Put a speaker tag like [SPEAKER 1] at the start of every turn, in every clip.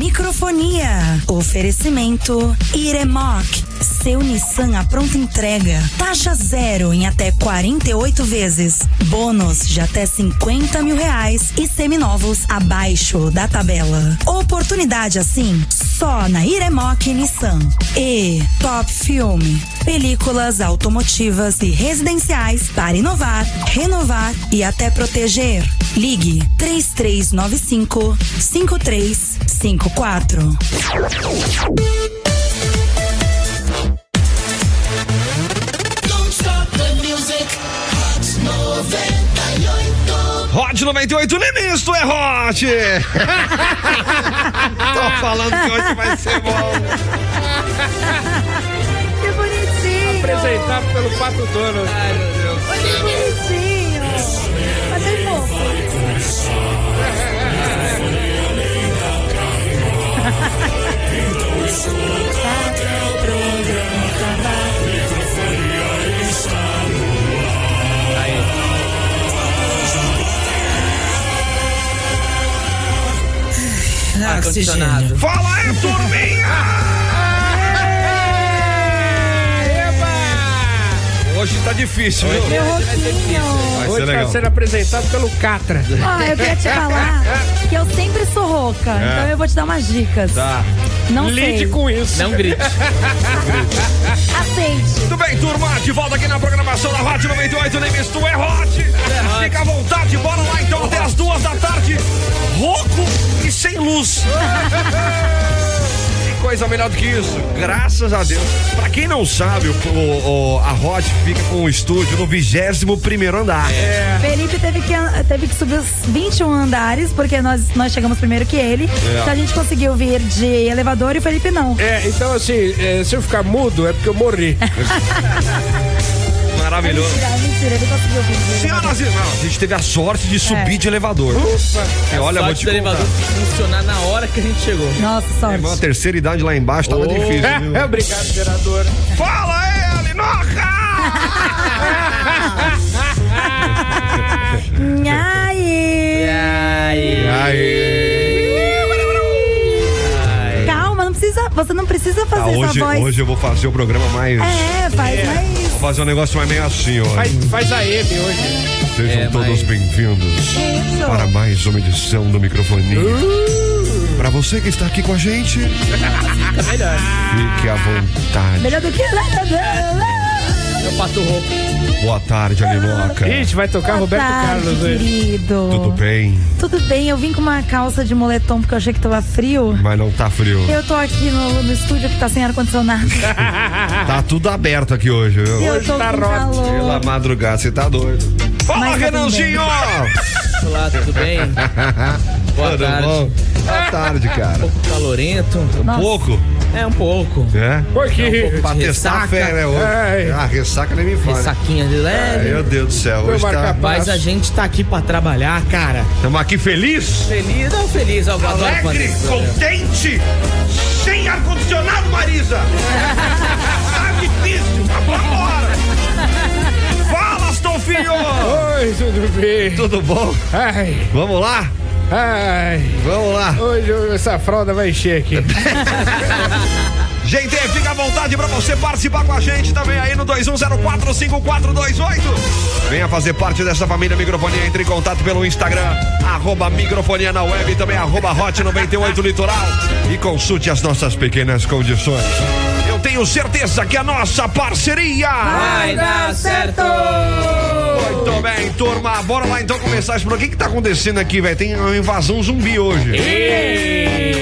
[SPEAKER 1] Microfonia. Oferecimento Iremoc. Seu Nissan à pronta entrega. Taxa zero em até 48 vezes. Bônus de até 50 mil reais e seminovos abaixo da tabela. Oportunidade assim só na Iremoc Nissan. E Top Filme. Películas automotivas e residenciais para inovar, renovar e até proteger. Ligue 3395 5354.
[SPEAKER 2] Hot 98, nem isto é Hot! Tô falando que hoje vai ser bom.
[SPEAKER 3] Que bonitinho!
[SPEAKER 4] Apresentado pelo Pato Dono.
[SPEAKER 3] Olha que bonitinho! Mas é fofo.
[SPEAKER 5] Ar-condicionado.
[SPEAKER 2] Fala aí, turminha! Hoje tá difícil, viu?
[SPEAKER 3] Meu roquinho!
[SPEAKER 2] Vai ser
[SPEAKER 4] Hoje
[SPEAKER 2] é legal.
[SPEAKER 4] tá sendo apresentado pelo Catra.
[SPEAKER 3] Ó, eu queria te falar que eu sempre sou rouca, então eu vou te dar umas dicas.
[SPEAKER 2] Tá.
[SPEAKER 3] Não
[SPEAKER 4] É. Lide
[SPEAKER 3] sei.
[SPEAKER 4] com isso.
[SPEAKER 5] Não grite.
[SPEAKER 3] Aceite.
[SPEAKER 2] Tudo bem, turma? De volta aqui na programação da Hot 98, nem misto é Hot! Fica à vontade, bora lá então até as duas da tarde. Rouco e sem luz. coisa melhor do que isso. Graças a Deus. Pra quem não sabe, o, o- o- a Hot fica com o estúdio no 21 primeiro andar.
[SPEAKER 3] Felipe teve que, an- teve que subir os 21 andares, porque nós, nós chegamos primeiro que ele.
[SPEAKER 2] É.
[SPEAKER 3] Então a gente conseguiu vir de elevador e o Felipe não.
[SPEAKER 4] É, então assim, é, se eu ficar mudo é porque eu morri.
[SPEAKER 2] Maravilhoso.
[SPEAKER 3] Mentira, Ah, mentira, ele conseguiu vir. de elevador.
[SPEAKER 2] Senhoras e não, a gente teve a sorte de subir
[SPEAKER 3] É.
[SPEAKER 2] de elevador. E olha, Tá, vou
[SPEAKER 5] Sorte
[SPEAKER 2] te
[SPEAKER 5] do
[SPEAKER 2] contar.
[SPEAKER 5] elevador funcionar na hora que a gente chegou.
[SPEAKER 3] Nossa,
[SPEAKER 2] Irmão, a
[SPEAKER 3] sorte.
[SPEAKER 2] terceira idade lá embaixo tava difícil, viu?
[SPEAKER 4] É, Obrigado, geradora.
[SPEAKER 2] Fala ele, Noca!
[SPEAKER 3] Nhaí.
[SPEAKER 5] Ai,
[SPEAKER 3] Calma, não precisa, você não precisa
[SPEAKER 2] Ah,
[SPEAKER 3] fazer sua
[SPEAKER 2] É. hoje,
[SPEAKER 3] voz.
[SPEAKER 2] hoje eu vou fazer o programa mais.
[SPEAKER 3] É, faz mais.
[SPEAKER 2] Vou fazer um negócio mais meio assim, ó.
[SPEAKER 4] Faz, faz a M hoje.
[SPEAKER 2] Sejam
[SPEAKER 5] É,
[SPEAKER 2] todos
[SPEAKER 5] mas-
[SPEAKER 2] bem-vindos
[SPEAKER 3] Isso.
[SPEAKER 2] para mais uma edição do Microfonia.
[SPEAKER 3] Uh!
[SPEAKER 2] Para você que está aqui com a gente,
[SPEAKER 5] melhor.
[SPEAKER 2] fique à vontade.
[SPEAKER 3] Melhor do que.
[SPEAKER 5] Meu pato rouco.
[SPEAKER 2] Boa tarde, Alinoca.
[SPEAKER 4] Ixi, vai tocar
[SPEAKER 3] Boa
[SPEAKER 4] Roberto
[SPEAKER 3] tarde,
[SPEAKER 4] Carlos hoje.
[SPEAKER 3] querido.
[SPEAKER 2] Tudo bem?
[SPEAKER 3] Tudo bem, eu vim com uma calça de moletom porque eu achei que tava frio.
[SPEAKER 2] Mas não tá frio.
[SPEAKER 3] Eu tô aqui no, no estúdio que tá sem ar-condicionado.
[SPEAKER 2] Tá tudo aberto aqui hoje,
[SPEAKER 3] E
[SPEAKER 2] viu?
[SPEAKER 3] eu tô
[SPEAKER 4] tá
[SPEAKER 3] com
[SPEAKER 4] hot.
[SPEAKER 2] Pela
[SPEAKER 3] calor.
[SPEAKER 2] madrugada, você tá doido. Fala,
[SPEAKER 3] Mas tá tudo
[SPEAKER 2] Renanzinho!
[SPEAKER 5] Olá, tudo bem? Boa
[SPEAKER 2] Tudo
[SPEAKER 5] tarde.
[SPEAKER 2] bom? Boa tarde, cara.
[SPEAKER 5] Um pouco calorento.
[SPEAKER 3] Nossa.
[SPEAKER 2] Pouco,
[SPEAKER 5] É, um pouco. É
[SPEAKER 2] né?
[SPEAKER 4] Por quê?
[SPEAKER 2] Pra
[SPEAKER 5] De
[SPEAKER 2] testar a
[SPEAKER 5] ressaca.
[SPEAKER 2] fé, né? Hoje.
[SPEAKER 4] Ai.
[SPEAKER 2] Ah, ressaca nem me fala. né?
[SPEAKER 5] Ressaquinha de
[SPEAKER 2] Ai,
[SPEAKER 5] leve.
[SPEAKER 2] Meu Deus do céu, hoje tá...
[SPEAKER 4] marcar-
[SPEAKER 5] Mas a gente tá aqui pra trabalhar, cara.
[SPEAKER 2] Estamos aqui feliz,
[SPEAKER 5] Feliz ou feliz? Eu adoro quando
[SPEAKER 2] alegre,
[SPEAKER 5] isso, né?
[SPEAKER 2] contente, sem ar-condicionado, Marisa. tá difícil, mas vambora. Fala, Astolfinho.
[SPEAKER 4] Oi, tudo bem?
[SPEAKER 2] Tudo bom?
[SPEAKER 4] Ai,
[SPEAKER 2] Vamos lá?
[SPEAKER 4] ai.
[SPEAKER 2] Vamos lá.
[SPEAKER 4] Hoje eu- essa fralda vai encher aqui.
[SPEAKER 2] Gente, fica à vontade pra você participar com a gente também aí no 21045428. Venha fazer parte dessa família Microfonia. Entre em contato pelo Instagram, arroba Microfonia na web e também arroba Hot 98 Litoral. E consulte as nossas pequenas condições. Eu tenho certeza que a nossa parceria.
[SPEAKER 5] Vai dar certo!
[SPEAKER 2] Muito bem, turma. Bora lá então começar isso. O que que tá acontecendo aqui, velho? Tem uma invasão zumbi hoje.
[SPEAKER 5] Ê!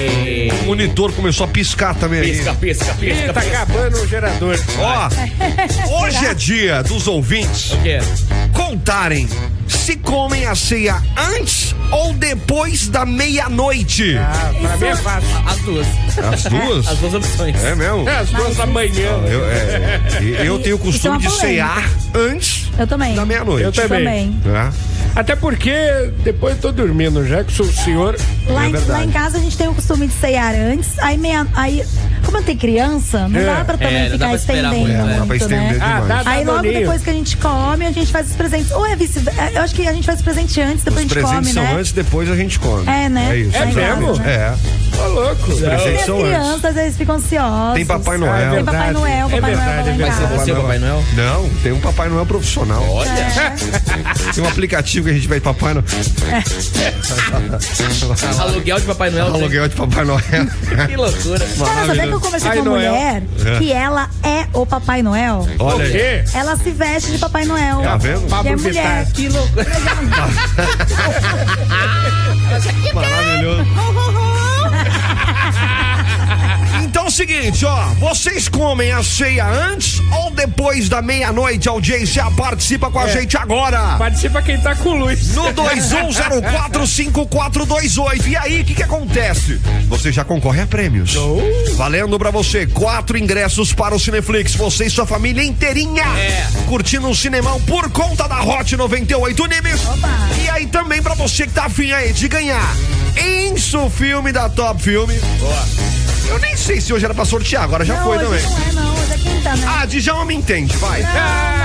[SPEAKER 2] O monitor começou a piscar também. aí.
[SPEAKER 5] Pisca, pisca,
[SPEAKER 4] Ih,
[SPEAKER 5] pisca.
[SPEAKER 4] tá
[SPEAKER 5] pisca.
[SPEAKER 4] acabando o gerador.
[SPEAKER 2] Ó, hoje é dia dos ouvintes
[SPEAKER 5] O quê?
[SPEAKER 2] contarem se comem a ceia antes ou depois da meia-noite.
[SPEAKER 4] Ah, pra mim é fácil.
[SPEAKER 5] As duas.
[SPEAKER 2] As duas?
[SPEAKER 5] As duas opções.
[SPEAKER 2] É mesmo?
[SPEAKER 4] É às duas da manhã.
[SPEAKER 2] Eu, é, e- eu tenho o costume de
[SPEAKER 3] Isso é uma
[SPEAKER 2] cear antes
[SPEAKER 3] Eu também.
[SPEAKER 2] da
[SPEAKER 4] Eu
[SPEAKER 2] meia-noite.
[SPEAKER 4] também.
[SPEAKER 3] Também.
[SPEAKER 2] Né?
[SPEAKER 4] Até porque depois eu tô dormindo, já que sou o senhor.
[SPEAKER 3] Lá,
[SPEAKER 2] É
[SPEAKER 3] em,
[SPEAKER 2] verdade.
[SPEAKER 3] lá em casa a gente tem o costume de ceiar antes, aí meia, aí como tem criança, não
[SPEAKER 4] É.
[SPEAKER 3] dá pra também
[SPEAKER 5] É, não dá
[SPEAKER 3] ficar
[SPEAKER 5] pra esperar
[SPEAKER 3] estendendo
[SPEAKER 5] muito,
[SPEAKER 3] muito,
[SPEAKER 5] né?
[SPEAKER 2] Dá pra estender
[SPEAKER 3] né?
[SPEAKER 4] Ah,
[SPEAKER 2] demais.
[SPEAKER 4] dá- dá
[SPEAKER 3] Aí logo
[SPEAKER 4] daninho.
[SPEAKER 3] depois que a gente come, a gente faz os presentes. Ou é vice Eu acho que a gente faz os presentes antes,
[SPEAKER 2] Os
[SPEAKER 3] depois a gente
[SPEAKER 2] presentes
[SPEAKER 3] come,
[SPEAKER 2] são
[SPEAKER 3] né?
[SPEAKER 2] antes, depois a gente come.
[SPEAKER 3] É, né?
[SPEAKER 2] É isso.
[SPEAKER 3] É
[SPEAKER 2] exatamente.
[SPEAKER 4] mesmo?
[SPEAKER 2] É.
[SPEAKER 4] Ô, louco.
[SPEAKER 2] Presente.
[SPEAKER 3] E
[SPEAKER 2] Vocês
[SPEAKER 3] as
[SPEAKER 2] são anjos.
[SPEAKER 3] crianças, eles ficam ansiosos.
[SPEAKER 2] Tem Papai Noel.
[SPEAKER 4] É
[SPEAKER 3] Tem
[SPEAKER 4] verdade.
[SPEAKER 3] Papai Noel, Papai
[SPEAKER 4] é verdade,
[SPEAKER 3] Noel
[SPEAKER 4] é
[SPEAKER 3] vai lá em
[SPEAKER 6] Vai ser
[SPEAKER 3] casa.
[SPEAKER 6] você, Papai Noel?
[SPEAKER 2] Não, tem um Papai Noel profissional.
[SPEAKER 6] Olha.
[SPEAKER 2] Tem um aplicativo que a gente vai Papai Noel.
[SPEAKER 6] Aluguel de Papai Noel.
[SPEAKER 2] Aluguel de Papai Noel.
[SPEAKER 6] Que loucura.
[SPEAKER 3] Cara, sabia que eu conversei com
[SPEAKER 4] Ai,
[SPEAKER 3] uma
[SPEAKER 4] Noel.
[SPEAKER 3] mulher que ela é o Papai Noel?
[SPEAKER 4] O
[SPEAKER 2] Olha aí.
[SPEAKER 4] quê?
[SPEAKER 3] Ela se veste de Papai Noel.
[SPEAKER 2] Tá vendo?
[SPEAKER 3] E é
[SPEAKER 4] Pablo
[SPEAKER 3] mulher.
[SPEAKER 4] Vittar.
[SPEAKER 6] Que loucura.
[SPEAKER 2] Maravilhoso. Então é o seguinte, ó, vocês comem a ceia antes ou depois da meia-noite? A audiência participa com a gente agora.
[SPEAKER 4] Participa quem tá com luz.
[SPEAKER 2] No 21045428. E aí, o que, que acontece? Você já concorre a prêmios. Valendo pra você quatro ingressos para o Cineflix. Você e sua família inteirinha. Curtindo um cinemão por conta da Hot 98 Nimes. E aí também pra você que tá afim aí de ganhar. Inso filme da Top Filme. Eu nem sei se hoje era pra sortear, agora já
[SPEAKER 3] não,
[SPEAKER 2] foi
[SPEAKER 3] hoje
[SPEAKER 2] também.
[SPEAKER 3] Não é, não. Hoje é quinta, né?
[SPEAKER 2] Ah, Djalma me entende, vai.
[SPEAKER 3] Não,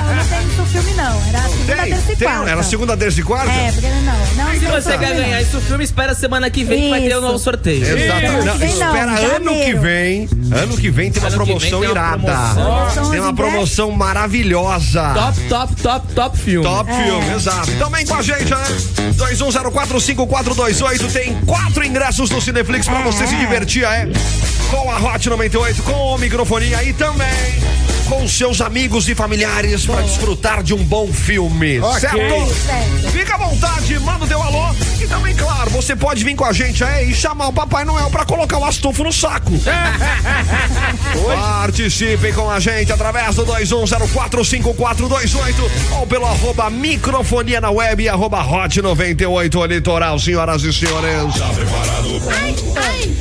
[SPEAKER 3] não, não tem isso no filme, não. Era segunda, terça
[SPEAKER 2] Tem,
[SPEAKER 3] e
[SPEAKER 2] tem,
[SPEAKER 3] quarta.
[SPEAKER 2] era segunda, terça e quarta?
[SPEAKER 3] É, porque não. não
[SPEAKER 6] Se você quer ganhar esse filme, espera semana que vem que vai ter
[SPEAKER 3] Isso.
[SPEAKER 6] um novo sorteio.
[SPEAKER 2] Exatamente.
[SPEAKER 3] Ano que vem não,
[SPEAKER 2] espera ano que
[SPEAKER 3] janeiro.
[SPEAKER 2] vem. Ano que vem tem uma
[SPEAKER 6] Ano que
[SPEAKER 2] promoção
[SPEAKER 6] vem tem uma
[SPEAKER 2] irada.
[SPEAKER 6] promoção.
[SPEAKER 2] Tem uma promoção maravilhosa.
[SPEAKER 6] Top, top, top, top filme.
[SPEAKER 2] Top filme, exato. Também com a gente, né? 21045428 tem quatro ingressos no Cineflix pra você se divertir, é? Com a Hot 98, com o microfonia e também com seus amigos e familiares pra desfrutar de um bom filme,
[SPEAKER 4] Ok.
[SPEAKER 2] certo?
[SPEAKER 3] Certo.
[SPEAKER 2] Fica à vontade, manda o teu alô. E também, claro, você pode vir com a gente aí e chamar o Papai Noel pra colocar o astofo no saco. Participe com a gente através do 21045428 ou pelo arroba microfonia na web e arroba hot 98 litoral, senhoras e senhores.
[SPEAKER 7] Tá preparado?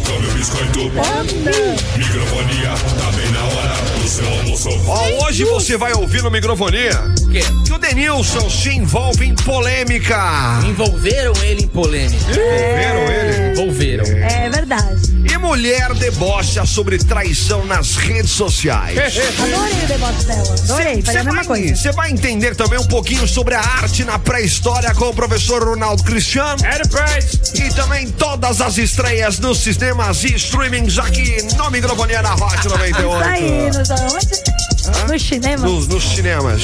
[SPEAKER 7] Come o biscoito. Microfonia, tá bem na hora do seu almoço.
[SPEAKER 2] Ó, hoje você vai ouvir no microfonia
[SPEAKER 6] Por quê?
[SPEAKER 2] que o Denilson se envolve em polêmica.
[SPEAKER 6] Envolveram ele em polêmica.
[SPEAKER 2] Viram ele?
[SPEAKER 6] Envolveram.
[SPEAKER 3] É verdade.
[SPEAKER 2] E mulher debocha sobre traição nas redes sociais.
[SPEAKER 3] Adorei o debote dela. Adorei, fazer a mesma coisa.
[SPEAKER 2] Você vai entender também um pouquinho sobre a arte na pré-história com o professor Ronaldo Cristiano.
[SPEAKER 4] Era parte.
[SPEAKER 2] E também todas as estreias nos sistemas e streamings aqui no Microfonia na Hot
[SPEAKER 3] Isso aí,
[SPEAKER 2] 98.
[SPEAKER 3] nos aonde? No cinema.
[SPEAKER 2] Nos, nos cinemas.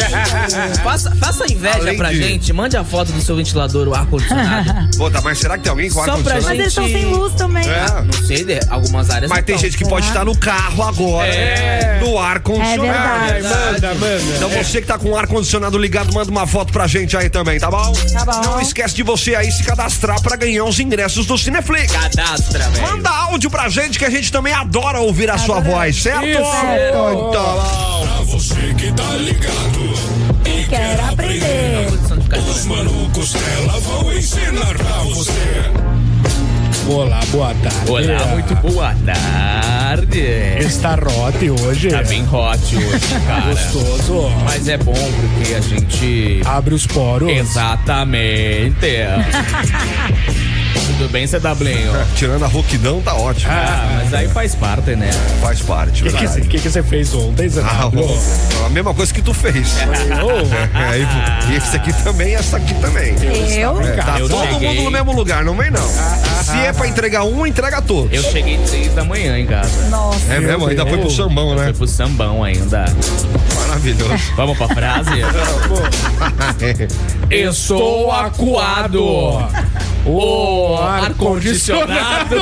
[SPEAKER 6] Faça, faça inveja
[SPEAKER 2] É. Além
[SPEAKER 6] pra
[SPEAKER 2] de-
[SPEAKER 6] gente, mande a foto do seu ventilador, o ar-condicionado.
[SPEAKER 2] Pô, tá, mas será que tem alguém com
[SPEAKER 6] Só
[SPEAKER 2] ar-condicionado?
[SPEAKER 6] pra
[SPEAKER 3] Mas eles estão
[SPEAKER 6] gente-
[SPEAKER 3] sem luz também.
[SPEAKER 2] É.
[SPEAKER 6] Não sei, né? algumas áreas.
[SPEAKER 2] Mas
[SPEAKER 6] não
[SPEAKER 2] tem
[SPEAKER 6] tão.
[SPEAKER 2] gente que pode estar no carro agora,
[SPEAKER 6] É.
[SPEAKER 2] no
[SPEAKER 3] É
[SPEAKER 2] ar-condicionado.
[SPEAKER 3] verdade.
[SPEAKER 4] Ai, manda,
[SPEAKER 2] Então
[SPEAKER 4] manda.
[SPEAKER 2] você que tá com o ar-condicionado ligado, manda uma foto pra gente aí também, tá bom?
[SPEAKER 3] Tá bom.
[SPEAKER 2] Não esquece de você aí se cadastrar pra ganhar os ingressos do Cineflix.
[SPEAKER 6] Cadastra, velho.
[SPEAKER 2] Manda áudio pra gente que a gente também adora ouvir a sua voz, certo?
[SPEAKER 4] Isso.
[SPEAKER 2] Então,
[SPEAKER 7] Pra você que tá ligado e quer
[SPEAKER 3] Quero aprender.
[SPEAKER 6] Condição de ficar de-
[SPEAKER 7] Os malucos dela vão ensinar pra você.
[SPEAKER 4] Olá, boa tarde. É,
[SPEAKER 6] Olá, muito boa tarde.
[SPEAKER 4] Está rote hoje.
[SPEAKER 6] Tá bem hot hoje, cara.
[SPEAKER 4] Gostoso.
[SPEAKER 6] Mas é bom porque a gente.
[SPEAKER 4] Abre os poros.
[SPEAKER 6] Exatamente. Tudo bem, CWinho?
[SPEAKER 2] tirando a rouquidão, tá ótimo.
[SPEAKER 6] Ah, mas aí faz parte, né?
[SPEAKER 2] Faz parte,
[SPEAKER 4] O que é?
[SPEAKER 2] verdade.
[SPEAKER 4] você fez ontem, Zé?
[SPEAKER 2] Ah,
[SPEAKER 4] Pablo?
[SPEAKER 2] ô, a mesma coisa que tu fez.
[SPEAKER 4] Ô,
[SPEAKER 2] É, e- e esse aqui também, essa aqui também.
[SPEAKER 3] Eu?
[SPEAKER 2] É, tá
[SPEAKER 6] Eu
[SPEAKER 2] todo
[SPEAKER 6] cheguei.
[SPEAKER 2] mundo no mesmo lugar, não vem não. Se é pra entregar um, entrega todos.
[SPEAKER 6] Eu cheguei três da manhã em casa.
[SPEAKER 3] Nossa.
[SPEAKER 2] É mesmo, ainda foi pro sambão,
[SPEAKER 6] Foi
[SPEAKER 2] né?
[SPEAKER 6] pro sambão ainda.
[SPEAKER 2] Maravilhoso.
[SPEAKER 6] Vamos pra frase? Eu sou acuado. O ar-condicionado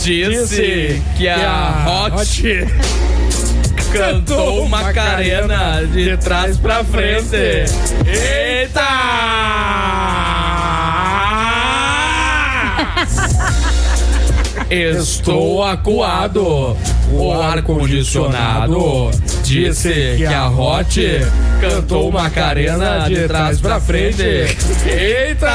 [SPEAKER 6] disse que a Hot cantou Macarena de trás pra frente. Eita! Estou acuado. O ar-condicionado disse que a Hot cantou Macarena de trás pra frente. Eita!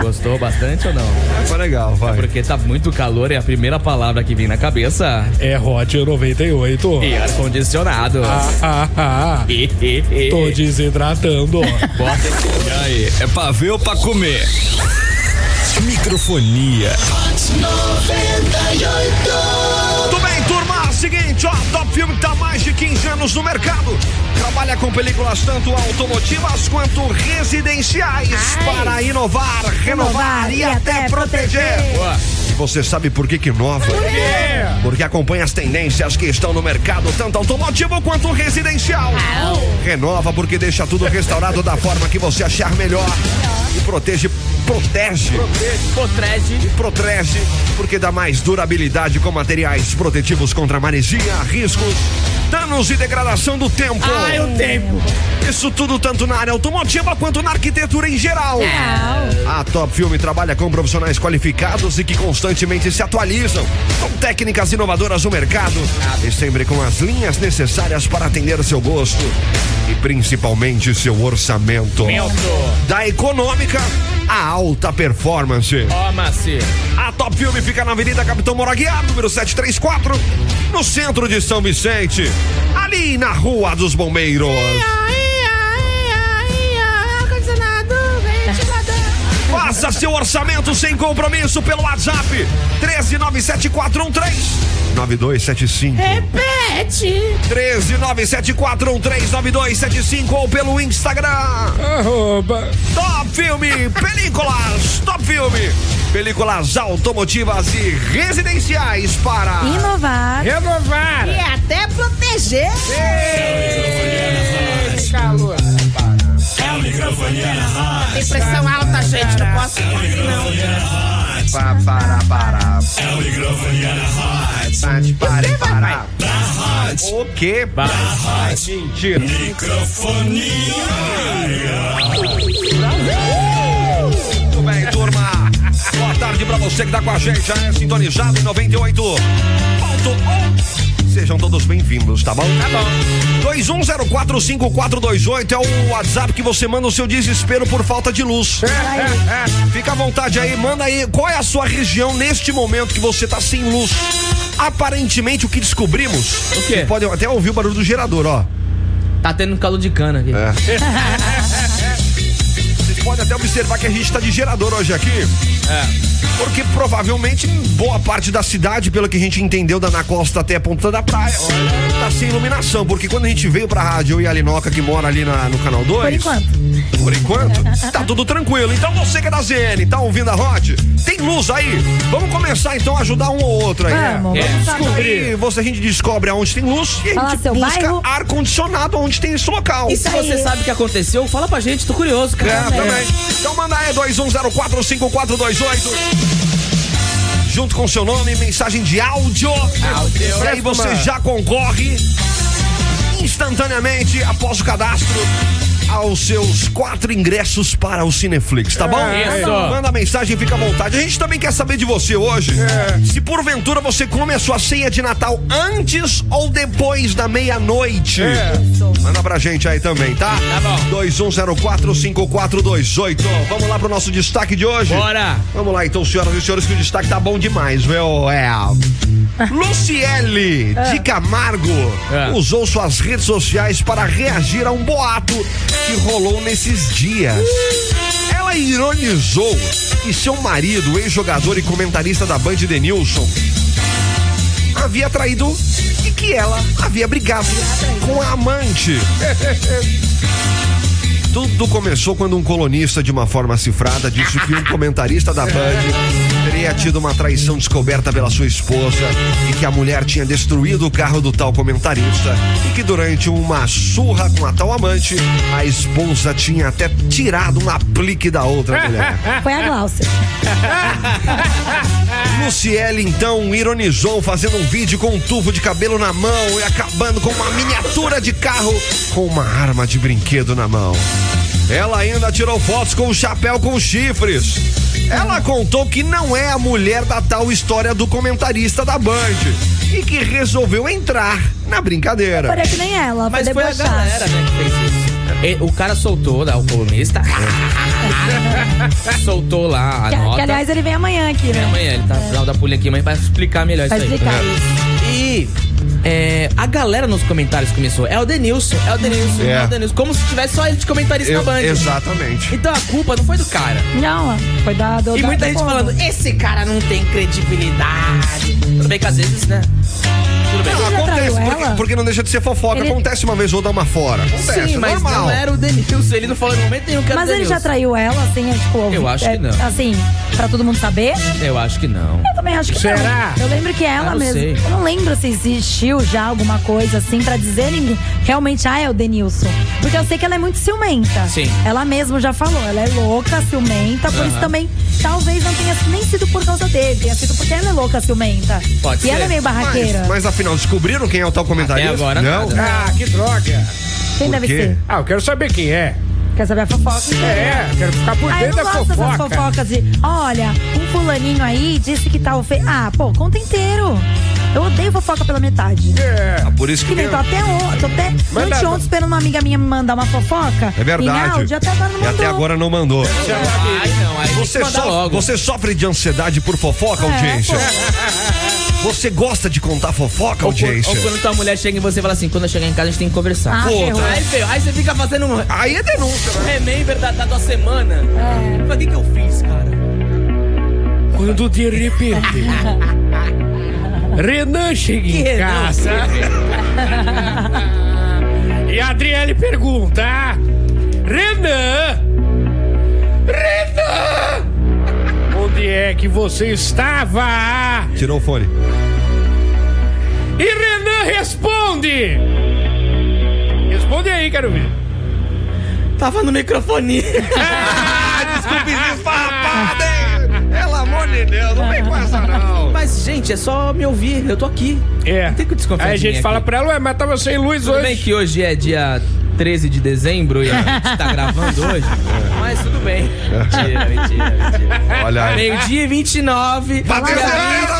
[SPEAKER 6] Gostou bastante ou não?
[SPEAKER 2] Foi legal, vai.
[SPEAKER 6] Porque tá muito calor e a primeira palavra que vem na cabeça
[SPEAKER 4] É Hot 98.
[SPEAKER 6] é ar-condicionado.
[SPEAKER 4] Ah, ah, ah. Tô desidratando.
[SPEAKER 6] Bota esse olho aí.
[SPEAKER 8] É pra ver ou pra comer? Microfonia.
[SPEAKER 2] Tudo bem, turma? Se seguinte, ó, Top Filme está há mais de 15 anos no mercado. Trabalha com películas tanto automotivas quanto residenciais para inovar, renovar e até proteger. E você sabe por que que inova? Porque acompanha as tendências que estão no mercado, tanto automotivo quanto residencial. Renova porque deixa tudo restaurado da forma que você achar melhor. E protege, protege
[SPEAKER 6] Potrege.
[SPEAKER 2] Protrege, porque dá mais durabilidade com materiais protetivos contra maresia, riscos, danos e degradação do tempo.
[SPEAKER 6] Ai, o tempo.
[SPEAKER 2] Isso tudo tanto na área automotiva quanto na arquitetura em geral.
[SPEAKER 6] É.
[SPEAKER 2] A Top Filme trabalha com profissionais qualificados e que constantemente se atualizam, com técnicas inovadoras no mercado e sempre com as linhas necessárias para atender seu gosto e principalmente seu orçamento. Da econômica à alta performance.
[SPEAKER 5] Toma, se
[SPEAKER 2] A Top Filme fica na Avenida Capitão Moraguiar, número 734, no centro de São Vicente, ali na Rua dos Bombeiros. Faça seu orçamento sem compromisso pelo WhatsApp 13974139275.
[SPEAKER 6] Repete.
[SPEAKER 2] 13974139275 ou pelo Instagram.
[SPEAKER 4] Arroba.
[SPEAKER 2] Top Filme Películas Top Filme Películas automotivas e residenciais para
[SPEAKER 3] Inovar.
[SPEAKER 2] É.
[SPEAKER 4] Renovar.
[SPEAKER 6] E até proteger. Calor.
[SPEAKER 9] A microfonia na rádio.
[SPEAKER 6] Tem pressão alta, gente. Não posso.
[SPEAKER 2] Pa- para para
[SPEAKER 9] É a microfonia na rádio.
[SPEAKER 2] pare para para
[SPEAKER 9] Na rádio.
[SPEAKER 2] o que mentira
[SPEAKER 9] Microfonia.
[SPEAKER 2] Muito bem, turma. Boa tarde pra você que tá com a gente, já é sintonizado em 98.1. Sejam todos bem-vindos, tá bom? um Tá bom. 21045428 é o WhatsApp que você manda o seu desespero por falta de luz. Fica à vontade aí, manda aí qual é a sua região neste momento que você tá sem luz. Aparentemente o que descobrimos,
[SPEAKER 5] O quê?
[SPEAKER 2] Você pode até ouvir o barulho do gerador, ó.
[SPEAKER 6] Tá tendo calor de cana aqui.
[SPEAKER 8] É.
[SPEAKER 2] Vocês podem até observar que a gente tá de gerador hoje aqui.
[SPEAKER 5] É.
[SPEAKER 2] Porque provavelmente em boa parte da cidade, pelo que a gente entendeu, da na costa tá até a ponta da praia, tá sem iluminação. Porque quando a gente veio pra rádio, eu e a Linoca, que mora ali na- no canal 2.
[SPEAKER 3] Por enquanto.
[SPEAKER 2] Por enquanto, tá tudo tranquilo. Então você que é da ZN, tá ouvindo a Rod? Tem luz aí? Vamos começar então a ajudar um ou outro aí. né?
[SPEAKER 3] Vamos,
[SPEAKER 5] É.
[SPEAKER 3] vamos saber.
[SPEAKER 2] Descobrir. Você, a gente descobre aonde tem luz e a
[SPEAKER 3] Fala
[SPEAKER 2] gente
[SPEAKER 3] seu
[SPEAKER 2] busca
[SPEAKER 3] bairro.
[SPEAKER 2] ar-condicionado onde tem esse local.
[SPEAKER 6] E se você sabe o que aconteceu, fala pra gente, tô curioso,
[SPEAKER 2] É,
[SPEAKER 6] cara.
[SPEAKER 2] também. Então manda aí 21045428. Junto com seu nome, mensagem de áudio. E aí você já concorre instantaneamente após o cadastro aos seus quatro ingressos para o Cineflix, tá bom?
[SPEAKER 5] É, isso.
[SPEAKER 2] Manda mensagem, fica à vontade. A gente também quer saber de você hoje.
[SPEAKER 5] É.
[SPEAKER 2] Se porventura você come a sua ceia de Natal antes ou depois da meia-noite. Manda pra gente aí também, tá?
[SPEAKER 5] É. Tá bom.
[SPEAKER 2] 21045428. Vamos lá pro nosso destaque de
[SPEAKER 8] É.
[SPEAKER 2] hoje?
[SPEAKER 5] Bora.
[SPEAKER 2] Vamos lá então, senhoras e senhores, que o destaque tá bom demais, viu? É. Luciele de Camargo
[SPEAKER 5] É.
[SPEAKER 2] usou suas redes sociais para reagir a um boato que rolou nesses dias. Ela ironizou que seu marido, ex-jogador e comentarista da Band Denilson, havia traído e que ela havia brigado com a amante. Tudo começou quando um colunista, de uma forma cifrada, disse que um comentarista da Band teria tido uma traição descoberta pela sua esposa e que a mulher tinha destruído o carro do tal comentarista e que durante uma surra com a tal amante, a esposa tinha até tirado um aplique da outra mulher.
[SPEAKER 3] Foi a Glaucia.
[SPEAKER 2] Luciele então ironizou fazendo um vídeo com um tubo de cabelo na mão e acabando com uma miniatura de carro com uma arma de brinquedo na mão. Ela ainda tirou fotos com o chapéu com chifres. Ela contou que não é a mulher da tal história do comentarista da Band e que resolveu entrar na brincadeira.
[SPEAKER 3] Parece é que nem ela,
[SPEAKER 6] Mas
[SPEAKER 3] foi
[SPEAKER 6] foi a
[SPEAKER 3] debochar.
[SPEAKER 6] galera, né, que fez isso. E o cara soltou, né, o colunista.
[SPEAKER 8] É.
[SPEAKER 6] soltou lá a
[SPEAKER 3] Ah, que,
[SPEAKER 6] nota.
[SPEAKER 3] que, aliás, é- ele vem amanhã aqui, né?
[SPEAKER 6] Amanhã ele tá no final da pulha aqui, mas vai explicar melhor
[SPEAKER 3] Vai
[SPEAKER 6] isso aí.
[SPEAKER 3] explicar isso.
[SPEAKER 6] E é, a galera nos comentários começou. É o Denilson, é o Denilson,
[SPEAKER 2] É.
[SPEAKER 6] é, o Denilson. Como se tivesse só ele de comentarista na
[SPEAKER 2] Eu-
[SPEAKER 6] Band.
[SPEAKER 2] exatamente.
[SPEAKER 6] Então a culpa não foi do cara.
[SPEAKER 3] Não, foi da. do-
[SPEAKER 6] E
[SPEAKER 3] da-
[SPEAKER 6] muita
[SPEAKER 3] da
[SPEAKER 6] gente
[SPEAKER 3] bola.
[SPEAKER 6] falando, esse cara não tem credibilidade. Tudo bem que às vezes, né? Tudo bem.
[SPEAKER 3] já
[SPEAKER 2] Acontece,
[SPEAKER 3] traiu
[SPEAKER 2] porque,
[SPEAKER 3] ela?
[SPEAKER 2] porque não deixa de ser fofoca.
[SPEAKER 3] Ele-
[SPEAKER 2] Acontece uma vez ou dá uma fora. Acontece,
[SPEAKER 6] Sim, mas
[SPEAKER 2] normal.
[SPEAKER 6] não era o Denilson. Ele não falou em momento nenhum que era
[SPEAKER 3] Mas
[SPEAKER 6] o
[SPEAKER 3] ele
[SPEAKER 6] Denilson.
[SPEAKER 3] já traiu ela, assim, é, tipo.
[SPEAKER 6] Eu acho
[SPEAKER 3] é,
[SPEAKER 6] que não.
[SPEAKER 3] Assim, pra todo mundo saber?
[SPEAKER 6] Eu acho que não.
[SPEAKER 3] Eu também acho que
[SPEAKER 4] Será?
[SPEAKER 3] não. Eu lembro que ela
[SPEAKER 6] Ah, não
[SPEAKER 3] mesma.
[SPEAKER 6] sei.
[SPEAKER 3] Eu não lembro se existiu já alguma coisa assim pra dizer ninguém. Realmente, ah, é o Denilson. Porque eu sei que ela é muito ciumenta.
[SPEAKER 6] Sim.
[SPEAKER 3] Ela mesma já falou, ela é louca, ciumenta, por isso também talvez não tenha nem sido por causa dele, tenha sido porque ela é louca, ciumenta.
[SPEAKER 6] Pode
[SPEAKER 3] e
[SPEAKER 6] ser.
[SPEAKER 3] ela é meio barraqueira.
[SPEAKER 2] Mas, mas afinal, descobriram quem é o tal comentarista?
[SPEAKER 6] Até agora,
[SPEAKER 2] não.
[SPEAKER 6] nada.
[SPEAKER 4] Ah, que droga.
[SPEAKER 3] Quem deve
[SPEAKER 2] quê?
[SPEAKER 3] ser?
[SPEAKER 4] Ah, eu quero saber quem é.
[SPEAKER 3] Quer saber a fofoca?
[SPEAKER 4] É, quero ficar por
[SPEAKER 3] Ah, eu
[SPEAKER 4] dentro
[SPEAKER 3] não
[SPEAKER 4] da
[SPEAKER 3] gosto dessas
[SPEAKER 4] fofoca.
[SPEAKER 3] fofocas de. Olha, um fulaninho aí disse que tal fez. Ah, pô, conta inteiro. Eu odeio fofoca pela metade.
[SPEAKER 4] É.
[SPEAKER 2] Ah, Por isso que.
[SPEAKER 3] Que nem tô até ontem, tô até
[SPEAKER 4] Manda-
[SPEAKER 3] anteontem esperando uma amiga minha me mandar uma fofoca.
[SPEAKER 2] É verdade.
[SPEAKER 3] Em áudio, até agora não
[SPEAKER 2] E
[SPEAKER 3] mandou.
[SPEAKER 2] até agora não mandou.
[SPEAKER 6] Ai, não. Aí
[SPEAKER 2] Você,
[SPEAKER 6] tem que mandar
[SPEAKER 2] so-
[SPEAKER 6] logo.
[SPEAKER 2] você sofre de ansiedade por fofoca,
[SPEAKER 3] É,
[SPEAKER 2] audiência?
[SPEAKER 3] pô.
[SPEAKER 2] Você gosta de contar fofoca,
[SPEAKER 6] Ou, quando-
[SPEAKER 2] audiência?
[SPEAKER 6] ou quando tua mulher chega em você e fala assim, quando eu chegar em casa a gente tem que conversar.
[SPEAKER 3] Ah,
[SPEAKER 2] Puta.
[SPEAKER 3] ferrou.
[SPEAKER 6] Aí, feio, aí você fica fazendo um
[SPEAKER 2] Aí é denúncia, né?
[SPEAKER 6] remember da, da tua semana.
[SPEAKER 3] É.
[SPEAKER 6] Mas o que, que eu fiz, cara?
[SPEAKER 4] Quando de repente. Renan chega em
[SPEAKER 6] Renan?
[SPEAKER 4] casa. e a Adriele pergunta: Renan! Renan! Onde é que você estava?
[SPEAKER 2] Tirou o fone.
[SPEAKER 4] E Renan responde! Responde aí, quero ver.
[SPEAKER 6] Tava no microfone.
[SPEAKER 2] Ah, desculpe, esfarrapada, hein? Pelo amor de Deus, não vem com essa, não.
[SPEAKER 6] Mas, gente, é só me ouvir, eu tô aqui.
[SPEAKER 4] É.
[SPEAKER 6] Não tem que desconfiar
[SPEAKER 4] Aí a
[SPEAKER 6] de
[SPEAKER 4] gente
[SPEAKER 6] mim
[SPEAKER 4] fala
[SPEAKER 6] aqui.
[SPEAKER 4] pra ela, ué, mas tá tava sem luz
[SPEAKER 6] Tudo
[SPEAKER 4] hoje.
[SPEAKER 6] bem que hoje é dia 13 de dezembro e a gente tá gravando hoje, mas tudo bem. Mentira, mentira, mentira.
[SPEAKER 2] Olha aí.
[SPEAKER 6] Meio-dia e 29.
[SPEAKER 2] Bateu né?
[SPEAKER 6] dia
[SPEAKER 2] cerveja,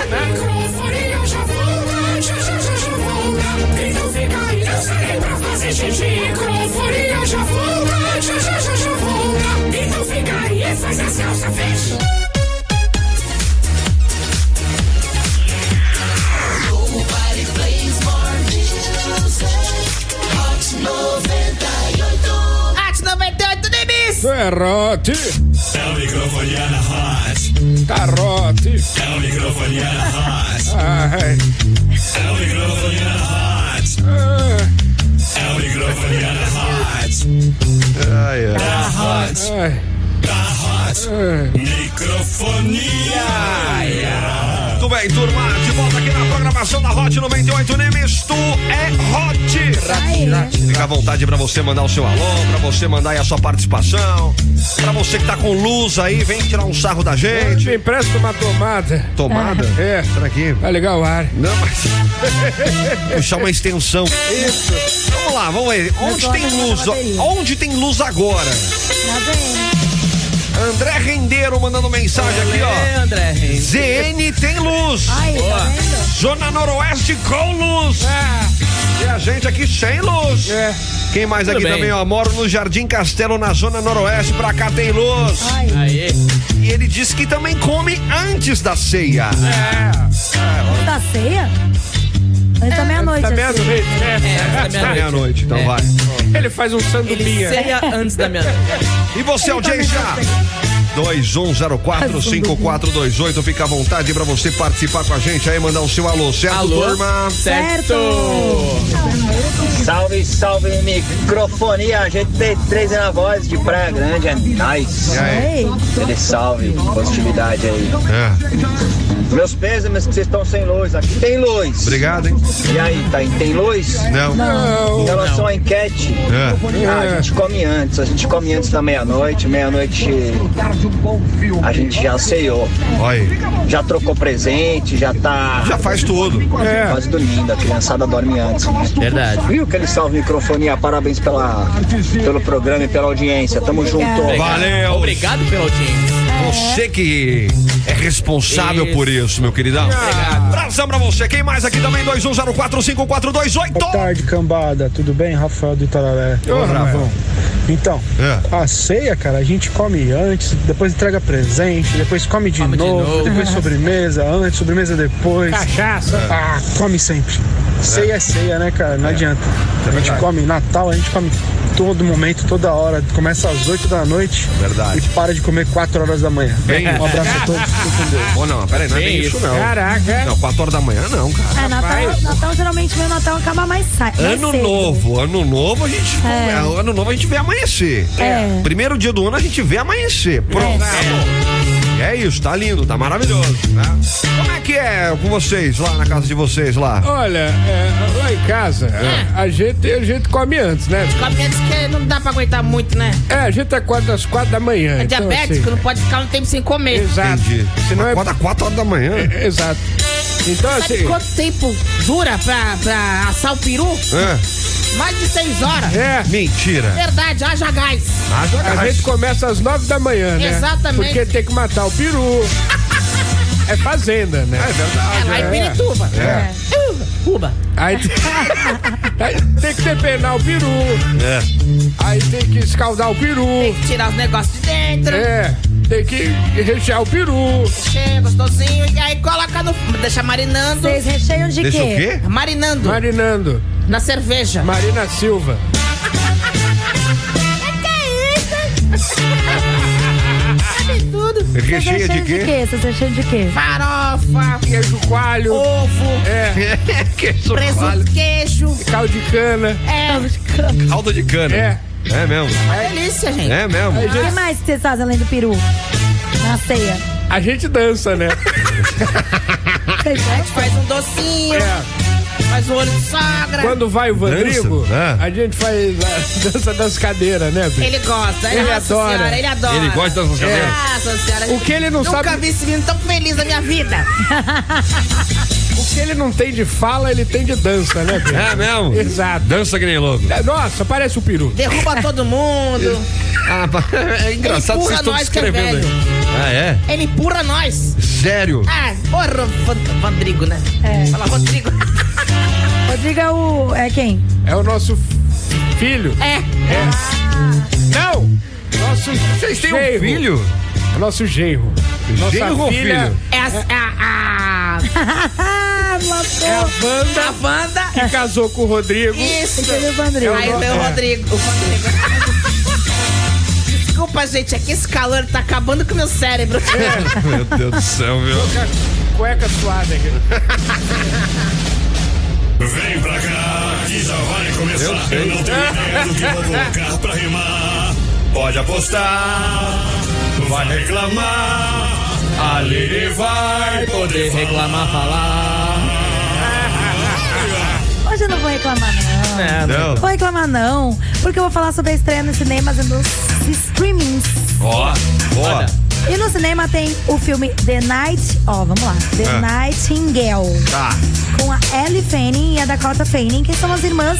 [SPEAKER 2] velho.
[SPEAKER 9] Microfonia já volta, já já já já volta. E não fica aí, eu saí pra fazer xixi. Microfonia já volta, já já já já volta. E não fica aí, e faz a salsa, fecha.
[SPEAKER 6] Arte 98 Demis!
[SPEAKER 4] Serrote,
[SPEAKER 9] É o microfonia na Hot.
[SPEAKER 4] Tá, carote.
[SPEAKER 9] É o microfonia na Hot.
[SPEAKER 4] Ah, Ai,
[SPEAKER 9] É o microfonia na Hot.
[SPEAKER 4] ai,
[SPEAKER 9] É o microfonia na Hot.
[SPEAKER 2] Ai, ai.
[SPEAKER 9] Na Hot.
[SPEAKER 4] Ah, ai.
[SPEAKER 9] Na Hot. Microfonia.
[SPEAKER 2] Muito bem, turma, de volta aqui na programação da Hot 98 Nemes, tu né, é Hot. Fica à vontade pra você mandar o seu alô, pra você mandar aí a sua participação, pra você que tá com luz aí, vem tirar um sarro da gente.
[SPEAKER 4] Me empresta uma tomada.
[SPEAKER 2] Tomada?
[SPEAKER 4] É.
[SPEAKER 2] Será que?
[SPEAKER 4] Vai ligar o ar.
[SPEAKER 2] Não, mas. Puxar uma extensão. Isso. Vamos lá, vamos ver. Onde
[SPEAKER 3] Agora
[SPEAKER 2] tem
[SPEAKER 3] não
[SPEAKER 2] luz?
[SPEAKER 3] dá bateria.
[SPEAKER 2] Onde tem luz agora?
[SPEAKER 3] Nada é.
[SPEAKER 2] André Rendeiro mandando mensagem aqui,
[SPEAKER 6] É,
[SPEAKER 2] ó.
[SPEAKER 6] André Reis.
[SPEAKER 2] ZN tem luz.
[SPEAKER 3] Aí, tá vendo?
[SPEAKER 2] Zona Noroeste com luz.
[SPEAKER 4] Ah,
[SPEAKER 2] E a gente aqui sem luz.
[SPEAKER 4] É.
[SPEAKER 2] Quem mais
[SPEAKER 6] Tudo
[SPEAKER 2] aqui
[SPEAKER 6] bem.
[SPEAKER 2] também, ó? Moro no Jardim Castelo, na Zona Noroeste. Pra cá tem luz.
[SPEAKER 3] Aí.
[SPEAKER 6] Aê.
[SPEAKER 2] E ele disse que também come antes da ceia.
[SPEAKER 6] É.
[SPEAKER 3] Da ceia? Antes da meia-noite.
[SPEAKER 4] Tá
[SPEAKER 3] assim.
[SPEAKER 4] mesmo,
[SPEAKER 6] É,
[SPEAKER 4] né?
[SPEAKER 6] antes da meia-noite.
[SPEAKER 2] Meia-noite, então
[SPEAKER 6] É.
[SPEAKER 2] vai.
[SPEAKER 4] Ele faz um
[SPEAKER 6] Ele
[SPEAKER 4] sanduminha.
[SPEAKER 6] ceia antes da meia-noite.
[SPEAKER 2] E você, audiência?
[SPEAKER 6] tá
[SPEAKER 2] 21045428, fica à vontade pra você participar com a gente aí, mandar o seu alô, certo,
[SPEAKER 6] Alô?
[SPEAKER 2] turma?
[SPEAKER 6] Certo!
[SPEAKER 10] Salve, salve microfonia, GT3 na voz de Praia Grande, é
[SPEAKER 2] E
[SPEAKER 10] nice.
[SPEAKER 2] aí?
[SPEAKER 3] Ei,
[SPEAKER 10] Ele salve, positividade aí.
[SPEAKER 2] É.
[SPEAKER 10] Meus pêsames que vocês estão sem luz, aqui tem luz.
[SPEAKER 2] Obrigado, hein?
[SPEAKER 10] E aí, tá aí, tem luz?
[SPEAKER 2] Não.
[SPEAKER 10] Em relação à enquete,
[SPEAKER 2] É.
[SPEAKER 10] ah, a gente come antes, a gente come antes da meia-noite, meia-noite a gente já ceiou,
[SPEAKER 2] Olha aí.
[SPEAKER 10] já trocou presente, já tá
[SPEAKER 2] Já faz tudo.
[SPEAKER 4] É.
[SPEAKER 10] quase dormindo, a criançada dorme antes, né?
[SPEAKER 6] Verdade.
[SPEAKER 10] Viu que ele salve microfonia, parabéns pela, pelo programa e pela audiência. Tamo junto.
[SPEAKER 2] Valeu.
[SPEAKER 6] Obrigado pela audiência.
[SPEAKER 2] Você que é responsável
[SPEAKER 6] Isso.
[SPEAKER 2] por isso, meu queridão. Abração pra você. Quem mais aqui também? 21045428.
[SPEAKER 11] tarde, cambada. Tudo bem? Rafael do Itararé.
[SPEAKER 2] Ô, Rafael.
[SPEAKER 11] Ravão. Então,
[SPEAKER 2] É.
[SPEAKER 11] a ceia, cara, a gente come antes, depois entrega presente, depois come de,
[SPEAKER 6] Come de
[SPEAKER 11] novo,
[SPEAKER 6] novo.
[SPEAKER 11] depois sobremesa antes, sobremesa depois.
[SPEAKER 4] Cachaça.
[SPEAKER 11] Ah, come sempre. Ceia é ceia, né, cara? Não adianta. A gente come Natal, a gente come todo momento, toda hora. Começa às 8 da noite.
[SPEAKER 2] Verdade.
[SPEAKER 11] E para de comer 4 horas da manhã.
[SPEAKER 2] Bem-
[SPEAKER 11] Um abraço a todos. fiquem com Deus.
[SPEAKER 2] Ou não, peraí, não é bem
[SPEAKER 5] Bem
[SPEAKER 2] isso,
[SPEAKER 5] isso.
[SPEAKER 2] não.
[SPEAKER 4] Caraca.
[SPEAKER 2] Não, 4 horas da manhã não, cara.
[SPEAKER 3] É, Natal, Natal, geralmente meu Natal acaba mais, sa- mais
[SPEAKER 2] Ano
[SPEAKER 3] é cedo.
[SPEAKER 2] novo, ano novo a gente.
[SPEAKER 3] É.
[SPEAKER 2] Ano novo a gente vê amanhecer.
[SPEAKER 3] É.
[SPEAKER 2] Primeiro dia do ano a gente vê amanhecer. Pronto. É. isso, tá lindo, tá maravilhoso, né? Como é que é com vocês lá na casa de vocês lá?
[SPEAKER 4] Olha, é, lá em casa,
[SPEAKER 12] É.
[SPEAKER 4] a, a gente, a gente come antes, né?
[SPEAKER 12] Come antes que não dá pra aguentar muito, né?
[SPEAKER 4] É, a gente acorda às quatro da manhã.
[SPEAKER 12] É
[SPEAKER 4] então,
[SPEAKER 12] diabético,
[SPEAKER 4] assim,
[SPEAKER 12] não pode ficar um tempo sem comer.
[SPEAKER 4] Exato. Senão é,
[SPEAKER 2] Acorda 4 horas da manhã.
[SPEAKER 4] é- Exato. Então,
[SPEAKER 12] Sabe
[SPEAKER 4] assim.
[SPEAKER 12] quanto tempo dura pra, pra assar o peru?
[SPEAKER 2] É.
[SPEAKER 12] Mais de seis horas.
[SPEAKER 4] É,
[SPEAKER 2] Mentira.
[SPEAKER 12] Verdade, haja gás.
[SPEAKER 2] Haja
[SPEAKER 4] a
[SPEAKER 2] gás.
[SPEAKER 4] gente começa às nove da manhã, né?
[SPEAKER 12] Exatamente.
[SPEAKER 4] Porque tem que matar o peru. É fazenda, né?
[SPEAKER 2] É
[SPEAKER 12] É
[SPEAKER 2] verdade.
[SPEAKER 12] lá
[SPEAKER 4] é.
[SPEAKER 12] em Pirituba.
[SPEAKER 2] É.
[SPEAKER 12] Uva, Uba.
[SPEAKER 4] Aí, aí tem que depenar o peru.
[SPEAKER 2] É.
[SPEAKER 4] Aí tem que escaldar o peru.
[SPEAKER 12] Tem que tirar os negócios de dentro.
[SPEAKER 4] É, tem que rechear o peru.
[SPEAKER 12] Cheio, gostosinho. E aí coloca no. Deixa marinando.
[SPEAKER 3] Vocês recheiam de
[SPEAKER 2] Deixa o
[SPEAKER 3] quê?
[SPEAKER 2] quê?
[SPEAKER 12] Marinando
[SPEAKER 4] Marinando.
[SPEAKER 12] na cerveja.
[SPEAKER 4] Marina Silva.
[SPEAKER 12] Sabe tudo.
[SPEAKER 3] Vocês
[SPEAKER 2] Recheia
[SPEAKER 3] recheiam
[SPEAKER 2] de
[SPEAKER 3] de
[SPEAKER 2] quê?
[SPEAKER 3] quê? Vocês recheiam de quê?
[SPEAKER 12] Farofa,
[SPEAKER 4] Queijo coalho.
[SPEAKER 12] ovo,
[SPEAKER 4] É,
[SPEAKER 2] Queijo coalho.
[SPEAKER 12] presunto, queijo.
[SPEAKER 4] caldo de cana.
[SPEAKER 12] É,
[SPEAKER 2] Calda de cana.
[SPEAKER 4] É.
[SPEAKER 2] É mesmo.
[SPEAKER 12] uma delícia, gente.
[SPEAKER 2] É mesmo.
[SPEAKER 3] O que mais que vocês fazem além do peru? Na ceia.
[SPEAKER 4] A gente dança, né?
[SPEAKER 3] Vocês gostam?
[SPEAKER 12] Faz um docinho,
[SPEAKER 4] É.
[SPEAKER 12] faz o olho de sogra.
[SPEAKER 4] Quando vai o Vandrigo,
[SPEAKER 2] Dança, é.
[SPEAKER 4] a gente faz a dança das cadeiras, né, Bi?
[SPEAKER 12] Ele gosta,
[SPEAKER 4] Ele
[SPEAKER 12] nossa
[SPEAKER 4] adora.
[SPEAKER 12] senhora, ele adora.
[SPEAKER 2] Ele gosta das cadeiras.
[SPEAKER 12] Nossa senhora.
[SPEAKER 4] O que ele não
[SPEAKER 12] É. Nunca
[SPEAKER 4] sabe-
[SPEAKER 12] vi esse menino tão feliz na minha vida.
[SPEAKER 4] O que ele não tem de fala, ele tem de dança, né, Bi?
[SPEAKER 2] É mesmo.
[SPEAKER 4] Exato.
[SPEAKER 2] Dança que nem louco.
[SPEAKER 4] É, Nossa, parece o peru.
[SPEAKER 12] Derruba todo mundo.
[SPEAKER 2] Ah, é engraçado
[SPEAKER 12] Empurra
[SPEAKER 2] vocês estão
[SPEAKER 12] nós que é
[SPEAKER 2] descrevendo aí. Ah, é?
[SPEAKER 12] Ele empurra nós.
[SPEAKER 2] Sério?
[SPEAKER 12] Ah, porra, Van- Vandrigo, né?
[SPEAKER 3] É.
[SPEAKER 12] Fala, Rodrigo.
[SPEAKER 3] Rodrigo é o. É quem?
[SPEAKER 4] É o nosso f- filho.
[SPEAKER 12] É.
[SPEAKER 4] Não! Nosso
[SPEAKER 2] Vocês têm um
[SPEAKER 4] genro.
[SPEAKER 2] filho?
[SPEAKER 4] É Nosso genro. Nossa
[SPEAKER 2] Genro ou
[SPEAKER 4] filha
[SPEAKER 2] filho?
[SPEAKER 12] É a. É a, a...
[SPEAKER 4] é a Wanda
[SPEAKER 12] A Wanda.
[SPEAKER 4] que casou com o Rodrigo.
[SPEAKER 12] Isso.
[SPEAKER 3] Entendeu, Rodrigo?
[SPEAKER 12] Aí
[SPEAKER 4] não-
[SPEAKER 12] veio o
[SPEAKER 4] é.
[SPEAKER 12] Rodrigo. O Rodrigo. Desculpa, gente, é que esse calor tá acabando com o meu cérebro.
[SPEAKER 2] Meu Deus do céu, viu?
[SPEAKER 4] Cueca suada aqui.
[SPEAKER 9] Vem pra cá, que já vai começar. Eu, não tenho ideia do que vou colocar pra rimar. Pode apostar, vai reclamar. A Lili vai poder reclamar, falar.
[SPEAKER 3] Hoje eu não vou reclamar, não.
[SPEAKER 2] Não.
[SPEAKER 3] Vou reclamar, não. Porque eu vou falar sobre a estreia nos cinemas e nos streamings.
[SPEAKER 2] Ó, ó.
[SPEAKER 3] E no cinema tem o filme The Night. Ó, vamos lá. The
[SPEAKER 2] Ah.
[SPEAKER 3] Nightingale.
[SPEAKER 2] Tá.
[SPEAKER 3] com a Ellie Fanning e a Dakota Fanning, que são as irmãs.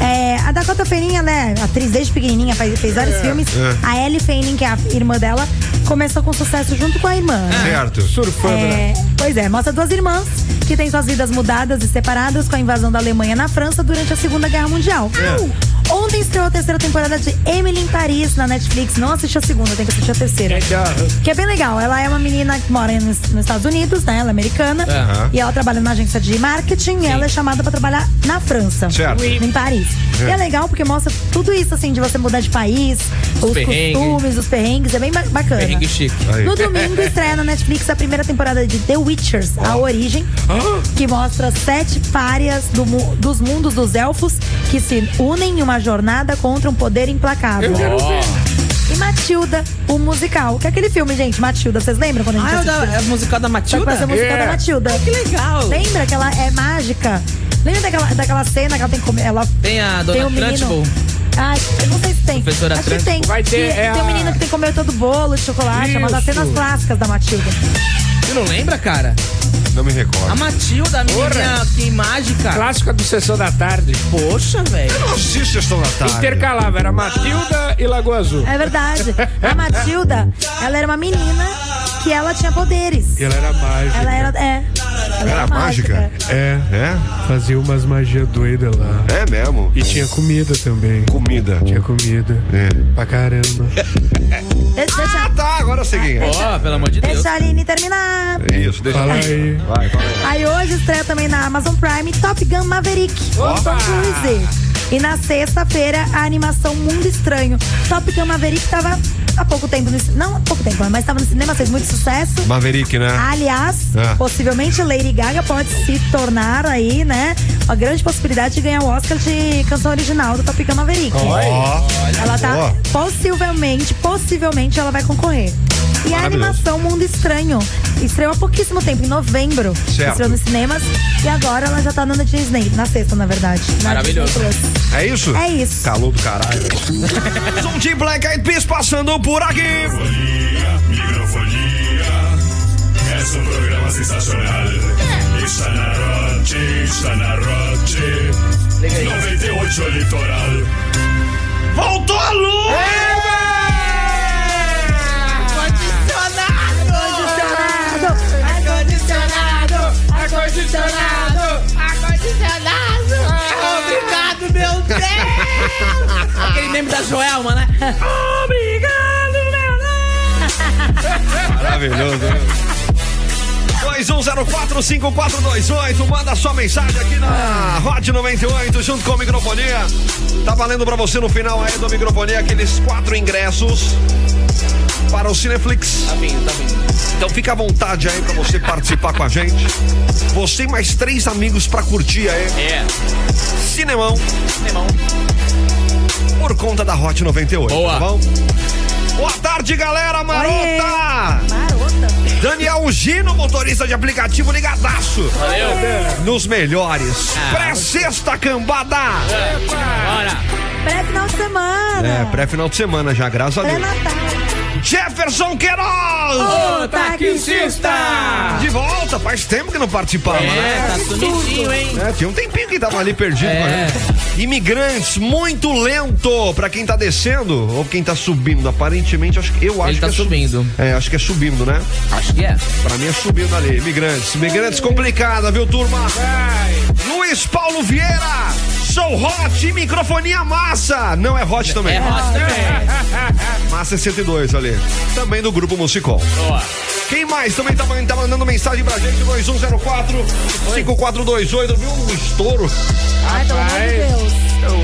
[SPEAKER 3] É, a Dakota Fanning, ela é atriz desde pequenininha, faz, fez vários filmes.
[SPEAKER 2] é.
[SPEAKER 3] A Ellie Fanning, que é a irmã dela, começou com sucesso junto com a irmã. né?
[SPEAKER 2] Certo.
[SPEAKER 4] Surfando, né?
[SPEAKER 3] É, pois é, mostra duas irmãs que têm suas vidas mudadas e separadas com a invasão da Alemanha na França durante a Segunda Guerra Mundial. Au! Ontem estreou a terceira temporada de Emily em Paris na Netflix. Não assisti a segunda, tem que assistir a terceira. Que é bem legal. Ela é uma menina que mora nos, nos Estados Unidos, né? Ela é americana.
[SPEAKER 2] Aham.
[SPEAKER 3] E ela trabalha numa agência de marketing e ela é chamada pra trabalhar na França.
[SPEAKER 2] Certo.
[SPEAKER 3] Em Paris. E é legal porque mostra tudo isso, assim, de você mudar de país, os,
[SPEAKER 6] perrengues.
[SPEAKER 3] costumes, os perrengues. É bem ba- bacana.
[SPEAKER 6] Perrengue chique.
[SPEAKER 2] Aí.
[SPEAKER 3] No domingo estreia na Netflix a primeira temporada de The Witchers, a origem, que mostra sete párias do mu- dos mundos dos elfos que se unem em uma jornada contra um poder implacável. E Matilda, o musical, que é aquele filme, gente, Matilda, vocês lembram quando a gente
[SPEAKER 12] Ah, é o
[SPEAKER 3] assistiu?
[SPEAKER 12] da, é a musical
[SPEAKER 3] Só
[SPEAKER 12] da
[SPEAKER 3] que
[SPEAKER 12] Matilda?
[SPEAKER 3] vai ser o musical da
[SPEAKER 4] É.
[SPEAKER 3] Matilda.
[SPEAKER 12] Que legal.
[SPEAKER 3] Lembra que ela é mágica? Lembra daquela, daquela cena que ela tem que comer? Ela
[SPEAKER 6] Tem a
[SPEAKER 3] tem
[SPEAKER 6] dona
[SPEAKER 3] um menino.
[SPEAKER 6] Trunchbull.
[SPEAKER 3] Ah, eu não sei se tem.
[SPEAKER 6] Professora
[SPEAKER 3] Acho que
[SPEAKER 6] Trunchbull.
[SPEAKER 3] tem.
[SPEAKER 4] Vai ter,
[SPEAKER 3] Que-
[SPEAKER 4] é
[SPEAKER 3] tem um
[SPEAKER 4] a-
[SPEAKER 3] menino que tem que comer todo o bolo de chocolate, é uma das
[SPEAKER 4] Isso.
[SPEAKER 3] cenas clássicas da Matilda.
[SPEAKER 6] Você não lembra, cara?
[SPEAKER 2] Não me recordo.
[SPEAKER 6] A Matilda, a menininha que mágica.
[SPEAKER 4] Clássica do Sessão da Tarde.
[SPEAKER 6] Poxa, velho.
[SPEAKER 2] Eu não assisto Sessão da Tarde.
[SPEAKER 4] Intercalava, era Matilda e Lagoa Azul.
[SPEAKER 3] É verdade. A Matilda, ela era uma menina que ela tinha poderes.
[SPEAKER 4] E ela era mágica.
[SPEAKER 3] Ela era. É. Ela
[SPEAKER 2] Era mágica? É. É?
[SPEAKER 4] Fazia umas magias doidas lá.
[SPEAKER 2] É mesmo?
[SPEAKER 4] E tinha comida também.
[SPEAKER 2] Comida.
[SPEAKER 4] Tinha comida.
[SPEAKER 2] É.
[SPEAKER 4] Pra caramba.
[SPEAKER 3] Deixa, deixa,
[SPEAKER 2] Ah, tá, agora é o seguinte.
[SPEAKER 6] Ó, pelo amor de Deus.
[SPEAKER 3] deixa a Aline terminar.
[SPEAKER 2] É Isso, deixa
[SPEAKER 4] Fala aí.
[SPEAKER 2] Vai, fala aí.
[SPEAKER 3] Aí hoje estreia também na Amazon Prime Top Gun Maverick.
[SPEAKER 2] Opa!
[SPEAKER 3] Tom Cruise. E na sexta-feira, a animação Mundo Estranho. Top Gun Maverick estava há pouco tempo no ci- Não há pouco tempo, né? mas estava no cinema, fez muito sucesso.
[SPEAKER 2] Maverick, né?
[SPEAKER 3] Aliás,
[SPEAKER 2] Ah.
[SPEAKER 3] possivelmente Lady Gaga pode se tornar aí, né? Uma grande possibilidade de ganhar o Oscar de canção original do Top Gun Maverick.
[SPEAKER 2] Ó.
[SPEAKER 3] Ela tá.
[SPEAKER 2] Boa.
[SPEAKER 3] Possivelmente, possivelmente ela vai concorrer. E a
[SPEAKER 2] Maravilhoso.
[SPEAKER 3] animação Mundo Estranho estreou há pouquíssimo tempo, em novembro.
[SPEAKER 2] Certo.
[SPEAKER 3] Estreou nos cinemas. E agora ela já tá na Disney, na sexta, na verdade. na
[SPEAKER 6] Maravilhoso.
[SPEAKER 3] Disney Plus.
[SPEAKER 2] É isso?
[SPEAKER 3] É isso.
[SPEAKER 2] Calor do caralho. Mais um de Black Eyed Peas passando por aqui.
[SPEAKER 9] Microfonía es un É um programa sensacional. Está na Roche, está na Roche. 98 Litoral.
[SPEAKER 2] Voltou a luz!
[SPEAKER 3] Acondicionado!
[SPEAKER 12] Acondicionado! Acondicionado! Acondicionado! Obrigado, meu Deus!
[SPEAKER 6] Aquele meme da Joelma, né?
[SPEAKER 12] Obrigado, meu Deus!
[SPEAKER 2] Maravilhoso, um, né? 21045428, manda sua mensagem aqui na Hot 98 junto com o Microfonia. Tá valendo pra você no final aí do Microfonia aqueles quatro ingressos para o Cineflix.
[SPEAKER 6] Tá vindo, tá vindo.
[SPEAKER 2] Então fica à vontade aí pra você participar com a gente. Você e mais três amigos pra curtir aí.
[SPEAKER 6] É,
[SPEAKER 2] Cinemão
[SPEAKER 6] irmão.
[SPEAKER 2] por conta da Hot 98, tá
[SPEAKER 6] Boa.
[SPEAKER 2] bom? Boa tarde, galera marota!
[SPEAKER 3] Marota.
[SPEAKER 2] Daniel Gino, motorista de aplicativo ligadaço.
[SPEAKER 6] Valeu. Ah.
[SPEAKER 2] Nos melhores. Pré-sexta cambada.
[SPEAKER 6] Bora.
[SPEAKER 3] Pré-final de semana.
[SPEAKER 2] É, pré-final de semana já, graças a Deus.
[SPEAKER 3] Pré-Natal.
[SPEAKER 2] Jefferson Queiroz!
[SPEAKER 6] Ô, taxista!
[SPEAKER 2] De volta, faz tempo que não participava, né?
[SPEAKER 6] É, tá sumidinho, hein?
[SPEAKER 2] É, tinha um tempinho que tava ali perdido.
[SPEAKER 6] É.
[SPEAKER 2] com a gente. Imigrantes, muito lento pra quem tá descendo ou quem tá subindo. Aparentemente, acho que eu acho
[SPEAKER 6] Ele tá
[SPEAKER 2] que é su-
[SPEAKER 6] subindo.
[SPEAKER 2] É, acho que é subindo, né?
[SPEAKER 6] Acho que é.
[SPEAKER 2] Pra mim é subindo ali. Imigrantes, imigrantes complicada, viu, turma? Luiz Paulo Vieira, sou hot e microfonia massa. Não é hot também.
[SPEAKER 6] É hot também.
[SPEAKER 2] Massa é 62 ali. Também do grupo Musicol.
[SPEAKER 6] Boa.
[SPEAKER 2] Quem mais também tá, tá mandando mensagem pra gente? 2104 5428, viu? Um estouro.
[SPEAKER 3] Ai, pelo amor de Deus.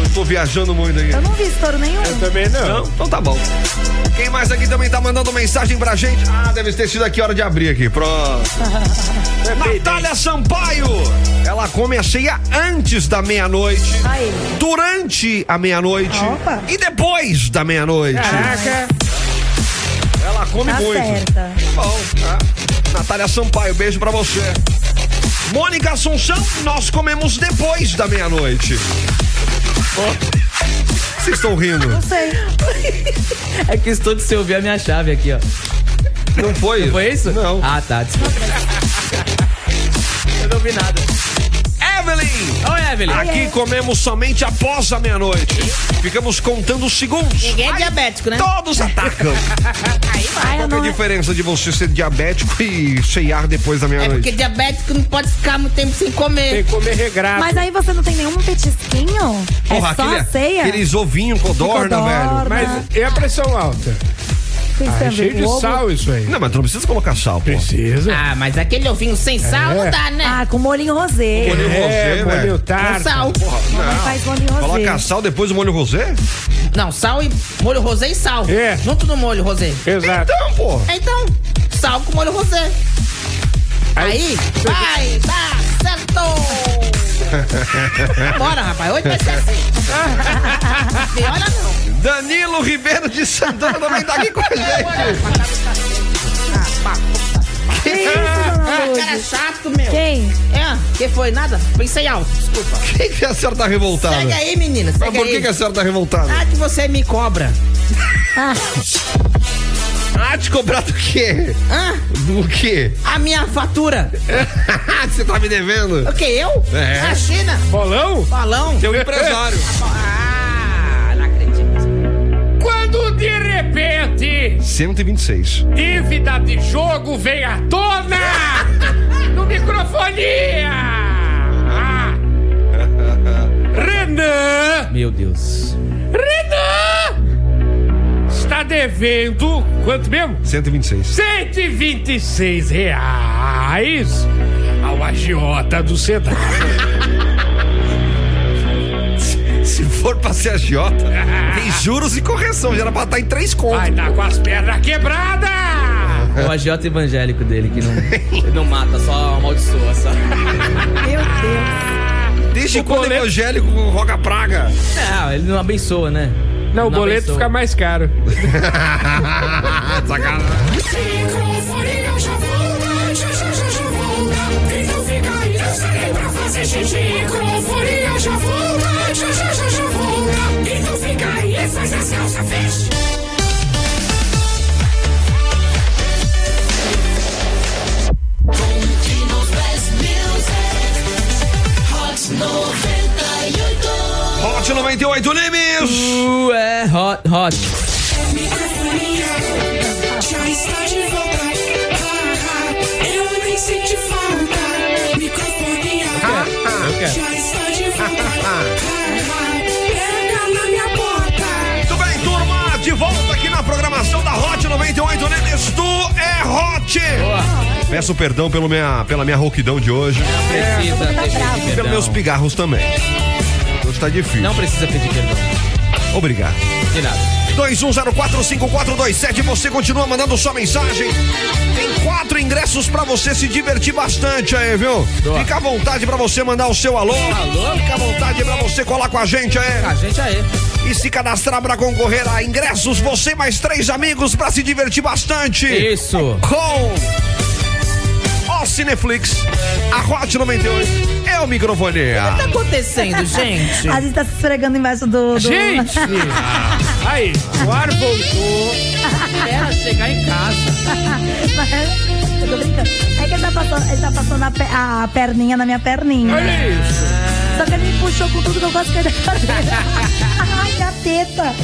[SPEAKER 2] Eu tô viajando muito aqui.
[SPEAKER 3] Eu não vi estouro nenhum.
[SPEAKER 4] Também não.
[SPEAKER 2] Não? Então tá bom. Quem mais aqui também tá mandando mensagem pra gente? Ah, deve ter sido aqui a hora de abrir aqui. Pronto. Natália Sampaio. Ela come a ceia antes da meia-noite,
[SPEAKER 3] Aí.
[SPEAKER 2] durante a meia-noite
[SPEAKER 3] Opa.
[SPEAKER 2] e depois da meia-noite.
[SPEAKER 4] Caraca.
[SPEAKER 2] Ela come
[SPEAKER 3] Tá
[SPEAKER 2] muito.
[SPEAKER 3] certa.
[SPEAKER 2] Bom, tá? Natália Sampaio, beijo pra você. Mônica Assunção, nós comemos depois da meia-noite. Ó. Vocês estão rindo?
[SPEAKER 3] Não sei.
[SPEAKER 6] É que estou de se ouvir a minha chave aqui, ó.
[SPEAKER 2] Não foi?
[SPEAKER 6] Foi isso?
[SPEAKER 2] Não.
[SPEAKER 6] Ah, tá. Desculpa. Eu não vi nada.
[SPEAKER 2] Evelyn!
[SPEAKER 6] Ô, Evelyn.
[SPEAKER 2] Aqui comemos somente após a meia-noite. Ficamos contando os segundos.
[SPEAKER 12] Ninguém é diabético, né?
[SPEAKER 2] Todos atacam.
[SPEAKER 3] Ai, eu
[SPEAKER 2] Qual que é a
[SPEAKER 3] não...
[SPEAKER 2] diferença de você ser diabético e ceiar depois da
[SPEAKER 12] É porque
[SPEAKER 2] meia-noite?
[SPEAKER 12] diabético não pode ficar muito tempo sem
[SPEAKER 4] Tem
[SPEAKER 12] comer.
[SPEAKER 4] que comer regrado.
[SPEAKER 3] Mas aí você não tem nenhum petisquinho? é só a ceia?
[SPEAKER 2] aqueles ovinhos codorna,
[SPEAKER 3] Codorna.
[SPEAKER 2] velho.
[SPEAKER 4] Mas e a pressão alta?
[SPEAKER 3] Tem
[SPEAKER 4] Ah, é
[SPEAKER 3] sangue
[SPEAKER 4] cheio de
[SPEAKER 3] ovo.
[SPEAKER 4] sal isso aí.
[SPEAKER 2] Não, mas tu não precisa colocar sal, pô.
[SPEAKER 4] Precisa.
[SPEAKER 12] Ah, mas aquele ovinho sem sal
[SPEAKER 4] É.
[SPEAKER 12] não dá, né?
[SPEAKER 3] Ah, com molhinho rosé.
[SPEAKER 2] Molho rosé,
[SPEAKER 4] molho
[SPEAKER 2] velho.
[SPEAKER 12] Com
[SPEAKER 4] tarde.
[SPEAKER 12] sal.
[SPEAKER 3] Mamãe faz molhinho rosé.
[SPEAKER 2] Coloca sal depois do molho rosé?
[SPEAKER 12] Não, sal e molho rosé e sal.
[SPEAKER 4] É.
[SPEAKER 12] Junto no molho rosé.
[SPEAKER 4] Exato.
[SPEAKER 2] Então, pô.
[SPEAKER 12] Então, sal com molho rosé. Aí, vai dar certo! Bora, rapaz. Hoje vai ser assim. E olha não.
[SPEAKER 2] Danilo Ribeiro de Santana também tá aqui com a gente.
[SPEAKER 3] Que isso, dona Lourdes?
[SPEAKER 12] Cara chato, meu.
[SPEAKER 3] Quem?
[SPEAKER 12] É, que foi? Nada? Pensei alto. Desculpa.
[SPEAKER 2] Por que, que a senhora tá revoltada?
[SPEAKER 12] Segue aí, Ah. menina.
[SPEAKER 2] Mas
[SPEAKER 12] Segue
[SPEAKER 2] por que,
[SPEAKER 12] aí.
[SPEAKER 2] que a senhora tá revoltada?
[SPEAKER 12] Ah, que você me cobra. Ah,
[SPEAKER 2] Ah, te cobrar do quê?
[SPEAKER 12] Hã?
[SPEAKER 2] Do quê?
[SPEAKER 12] A minha fatura.
[SPEAKER 2] Você tá me devendo?
[SPEAKER 12] O que, eu?
[SPEAKER 2] É.
[SPEAKER 12] A China.
[SPEAKER 4] Bolão?
[SPEAKER 12] Balão.
[SPEAKER 2] Seu empresário.
[SPEAKER 12] Ah, não acredito.
[SPEAKER 4] Quando de repente
[SPEAKER 2] 126.
[SPEAKER 4] dívida de jogo vem à tona no microfonia. Ah. Renan,
[SPEAKER 6] Meu Deus.
[SPEAKER 4] Renan, está devendo quanto mesmo?
[SPEAKER 2] 126.
[SPEAKER 4] 126 reais ao agiota do Senar.
[SPEAKER 2] Se for pra ser agiota, tem juros e correção. Já era pra estar em três
[SPEAKER 4] Vai
[SPEAKER 2] contas.
[SPEAKER 4] estar com as pernas quebradas.
[SPEAKER 6] É O agiota evangélico dele que não, não mata, só amaldiçoa. Só.
[SPEAKER 12] Meu Deus.
[SPEAKER 2] Desde
[SPEAKER 4] o
[SPEAKER 2] quando
[SPEAKER 4] boleto-
[SPEAKER 2] evangélico roga praga?
[SPEAKER 6] Não, ele não abençoa, né?
[SPEAKER 4] Não, o boleto
[SPEAKER 6] abençoa.
[SPEAKER 4] fica mais caro.
[SPEAKER 2] Ah, Sacanagem.
[SPEAKER 9] Microfonia já volta, já já já já volta. Então fica aí, eu sarei pra fazer xixi. Microfonia já volta, já já já já volta. Então fica aí e faz as calças, fecha.
[SPEAKER 2] Hot 98 Limes!
[SPEAKER 6] Tu é hot, hot.
[SPEAKER 9] Já está de volta. Eu nem senti falta. Microfonia. Já está de volta. Pega na minha porta.
[SPEAKER 2] Muito bem, turma, de volta aqui na programação da Hot 98 Limes. Tu é Hot! Peço perdão pelo minha, pela minha rouquidão de hoje
[SPEAKER 6] Precisa pedir
[SPEAKER 2] e pelos meus
[SPEAKER 6] perdão.
[SPEAKER 2] pigarros também. Hoje tá difícil.
[SPEAKER 6] Não precisa pedir perdão.
[SPEAKER 2] Obrigado.
[SPEAKER 6] De nada.
[SPEAKER 2] 21045427, você continua mandando sua mensagem. Tem quatro ingressos pra você se divertir bastante aí, viu?
[SPEAKER 6] Boa.
[SPEAKER 2] Fica à vontade pra você mandar o seu alô.
[SPEAKER 6] Alô?
[SPEAKER 2] Fica à vontade pra você colar com a gente aí.
[SPEAKER 6] A Ah, gente aí.
[SPEAKER 2] E se cadastrar pra concorrer a ingressos, você e mais três amigos pra se divertir bastante.
[SPEAKER 6] Isso.
[SPEAKER 2] Com o Cineflix, a Hot 98, é o microfonia.
[SPEAKER 6] O que tá acontecendo, gente?
[SPEAKER 3] A gente tá se esfregando embaixo do. do...
[SPEAKER 4] Gente! Aí, o ar voltou.
[SPEAKER 6] Espera chegar em casa.
[SPEAKER 3] Eu tô brincando. É que ele tá passando, ele tá passando a, pe- a perninha na minha perninha.
[SPEAKER 4] Olha isso.
[SPEAKER 3] Só que ele me puxou com tudo que eu gosto que é da cadeira. Ai, minha teta.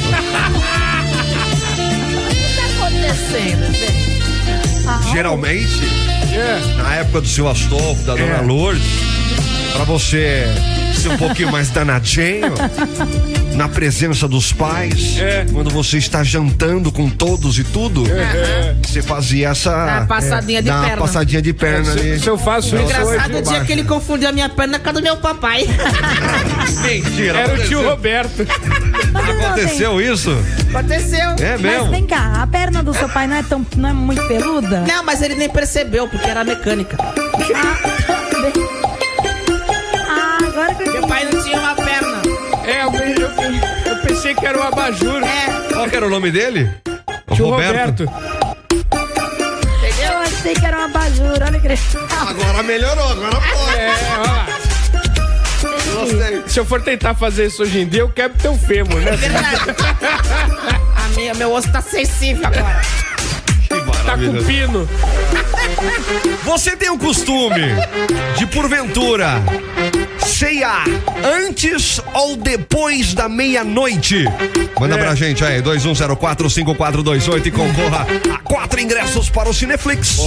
[SPEAKER 12] O que tá acontecendo, gente?
[SPEAKER 2] Geralmente,
[SPEAKER 4] É.
[SPEAKER 2] na época do seu Astolfo, da Dona
[SPEAKER 4] É.
[SPEAKER 2] Lourdes, pra você ser um pouquinho mais danadinho, na presença dos pais,
[SPEAKER 4] É.
[SPEAKER 2] quando você está jantando com todos e tudo,
[SPEAKER 4] É,
[SPEAKER 2] você fazia essa. Dá
[SPEAKER 12] uma passadinha de
[SPEAKER 2] dá uma
[SPEAKER 12] perna.
[SPEAKER 2] passadinha de perna
[SPEAKER 4] Se,
[SPEAKER 2] ali.
[SPEAKER 4] se eu faço isso
[SPEAKER 12] Engraçado o
[SPEAKER 4] hoje,
[SPEAKER 12] dia que ele confundiu a minha perna com a do meu papai.
[SPEAKER 2] Mentira,
[SPEAKER 4] era o tio
[SPEAKER 2] aconteceu-
[SPEAKER 4] Roberto.
[SPEAKER 2] Aconteceu isso?
[SPEAKER 12] Aconteceu.
[SPEAKER 2] É
[SPEAKER 3] Mas
[SPEAKER 2] mesmo?
[SPEAKER 3] vem cá, a perna do seu pai não é tão. não é muito peluda?
[SPEAKER 12] Não, mas ele nem percebeu, porque era mecânica.
[SPEAKER 3] Ah, agora que eu
[SPEAKER 12] Meu pai não tinha uma perna.
[SPEAKER 4] É, eu, eu- eu pensei que era um abajur.
[SPEAKER 12] É,
[SPEAKER 2] Qual que era o nome dele?
[SPEAKER 4] Tio Roberto.
[SPEAKER 3] Eu achei que era uma bajura, olha que
[SPEAKER 2] Agora melhorou, agora pode.
[SPEAKER 4] É, ó lá.
[SPEAKER 2] Gostei.
[SPEAKER 4] Se eu for tentar fazer isso hoje em dia, eu quebro teu fêmur, né?
[SPEAKER 12] verdade. A minha, meu osso tá sensível agora.
[SPEAKER 2] Que
[SPEAKER 4] Tá
[SPEAKER 2] maravilha.
[SPEAKER 4] com pino.
[SPEAKER 2] Você tem o costume de, porventura, ceiar antes ou depois da meia-noite? Manda pra gente aí, 21045428 e concorra a quatro ingressos para o Cineflix.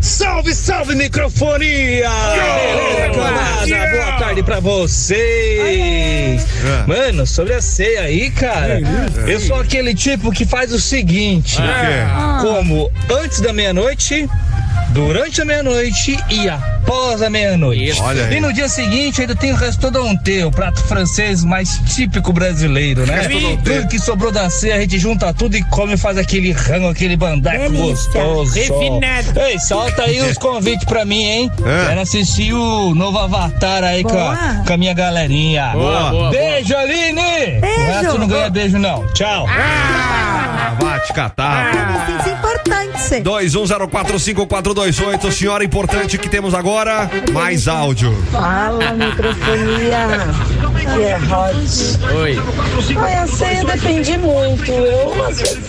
[SPEAKER 13] Salve, salve, microfonia! Beleza, camarada? Boa tarde pra vocês!
[SPEAKER 2] Ah.
[SPEAKER 13] Mano, sobre a ceia aí, cara, eu sou aquele tipo que faz o seguinte:
[SPEAKER 2] é.
[SPEAKER 13] como antes da meia-noite, durante a meia-noite e após a meia-noite.
[SPEAKER 2] Isso. Olha aí.
[SPEAKER 13] E no dia seguinte ainda tem o restodonte, um o prato francês mais típico brasileiro, né?
[SPEAKER 2] Restaurante.
[SPEAKER 13] Tudo que sobrou da ceia, a gente junta tudo e come, faz aquele rango, aquele bandaco
[SPEAKER 3] Delícia.
[SPEAKER 13] gostoso.
[SPEAKER 4] Refinado.
[SPEAKER 13] Ei, solta aí os convites pra mim, hein?
[SPEAKER 2] É.
[SPEAKER 13] Quero assistir o novo Avatar aí com
[SPEAKER 3] Boa.
[SPEAKER 13] a, com a minha galerinha.
[SPEAKER 2] Boa, boa,
[SPEAKER 13] beijo, Aline!
[SPEAKER 3] Beijo.
[SPEAKER 13] O resto não ganha beijo, não. Tchau.
[SPEAKER 2] Ah, vai te catar.
[SPEAKER 3] me senti é
[SPEAKER 2] É.
[SPEAKER 3] importante.
[SPEAKER 2] 21045428, senhora importante que temos agora, mais áudio.
[SPEAKER 14] Fala, microfonia, que é hot.
[SPEAKER 6] Oi.
[SPEAKER 14] Ai, a ceia depende muito. Eu, às vezes,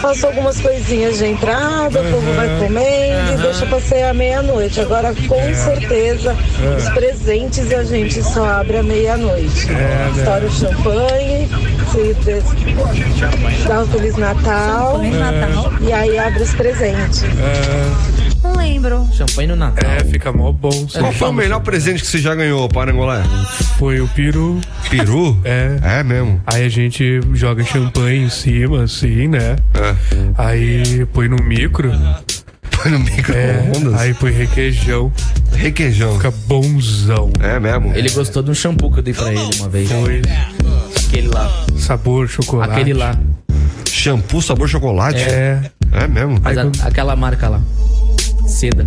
[SPEAKER 14] faço algumas coisinhas de entrada, o povo vai comendo e deixa pra sair à meia-noite. Agora, com certeza, os presentes a gente só abre à
[SPEAKER 4] É,
[SPEAKER 14] meia-noite.
[SPEAKER 9] né?
[SPEAKER 14] Estoura o champanhe, se des- dá o Feliz Natal,
[SPEAKER 4] É.
[SPEAKER 9] Feliz Natal.
[SPEAKER 14] e aí abre os presentes. Não lembro.
[SPEAKER 6] Champanhe no Natal.
[SPEAKER 4] É, fica mó bom.
[SPEAKER 2] Qual foi o melhor presente que você já ganhou, Parangolé?
[SPEAKER 4] Foi o peru.
[SPEAKER 2] Peru?
[SPEAKER 4] É.
[SPEAKER 2] É mesmo.
[SPEAKER 4] Aí a gente joga champanhe em cima, assim, né?
[SPEAKER 2] É.
[SPEAKER 4] Aí põe no micro.
[SPEAKER 2] Põe no micro
[SPEAKER 4] é,
[SPEAKER 2] micro-ondas?
[SPEAKER 4] Aí põe requeijão.
[SPEAKER 2] Requeijão.
[SPEAKER 4] Fica bonzão.
[SPEAKER 2] É mesmo?
[SPEAKER 6] Ele gostou de um shampoo que eu dei pra ele uma vez.
[SPEAKER 4] Foi.
[SPEAKER 6] Aquele lá.
[SPEAKER 4] Sabor, chocolate.
[SPEAKER 6] Aquele lá.
[SPEAKER 2] Shampoo sabor chocolate?
[SPEAKER 6] É.
[SPEAKER 2] É mesmo?
[SPEAKER 6] Mas a- aquela marca lá. Seda.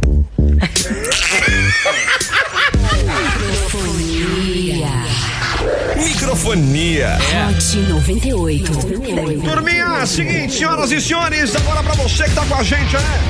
[SPEAKER 2] Microfonia.
[SPEAKER 15] Hot 98.
[SPEAKER 2] Turminha, seguinte, senhoras e senhores, agora pra você que tá com a gente, né?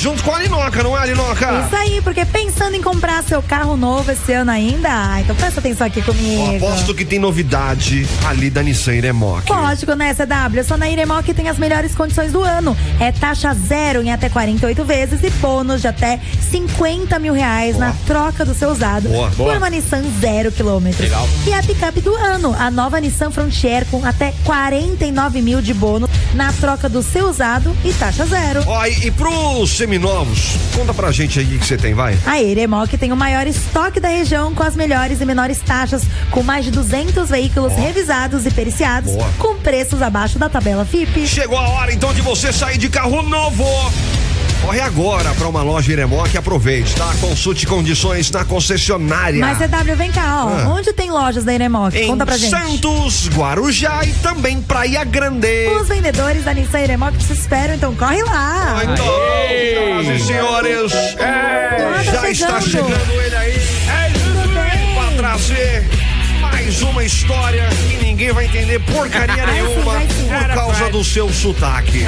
[SPEAKER 2] Junto com a Linoca, não é, Linoca?
[SPEAKER 3] Isso aí, porque pensando em comprar seu carro novo esse ano ainda, ah, então presta atenção aqui comigo.
[SPEAKER 2] Aposto que tem novidade ali da Nissan Iremoc.
[SPEAKER 3] Lógico, né, CW? Só na Iremoc tem as melhores condições do ano. É taxa zero em até 48 vezes e bônus de até 50 mil reais na troca do seu usado
[SPEAKER 9] Boa,
[SPEAKER 3] por
[SPEAKER 9] boa.
[SPEAKER 3] uma Nissan zero quilômetro.
[SPEAKER 9] Legal.
[SPEAKER 3] E a picape do ano, a nova Nissan Frontier com até 49 mil de bônus na troca do seu usado e taxa zero.
[SPEAKER 2] Ó, e, e pros seminovos, conta pra gente aí o que você tem, vai.
[SPEAKER 3] A Eremoc tem o maior estoque da região com as melhores e menores taxas, com mais de 200 veículos revisados e periciados,
[SPEAKER 2] Boa.
[SPEAKER 3] com preços abaixo da tabela FIP.
[SPEAKER 2] Chegou a hora então de você sair de carro novo. Corre agora pra uma loja Iremoc e aproveite, tá? Consulte condições na concessionária.
[SPEAKER 3] Mas CW, vem cá, ó.
[SPEAKER 2] Ah.
[SPEAKER 3] Onde tem lojas da Eremoc?
[SPEAKER 2] em
[SPEAKER 3] Conta pra gente.
[SPEAKER 2] Santos, Guarujá e também Praia Grande.
[SPEAKER 3] Os vendedores da Nissan Eremoc te esperam, então corre lá.
[SPEAKER 2] Então, senhoras e senhores,
[SPEAKER 3] Tá
[SPEAKER 2] é, já está chegando ele aí. É isso pra trazer mais uma história que ninguém vai entender porcaria nenhuma por causa do seu sotaque.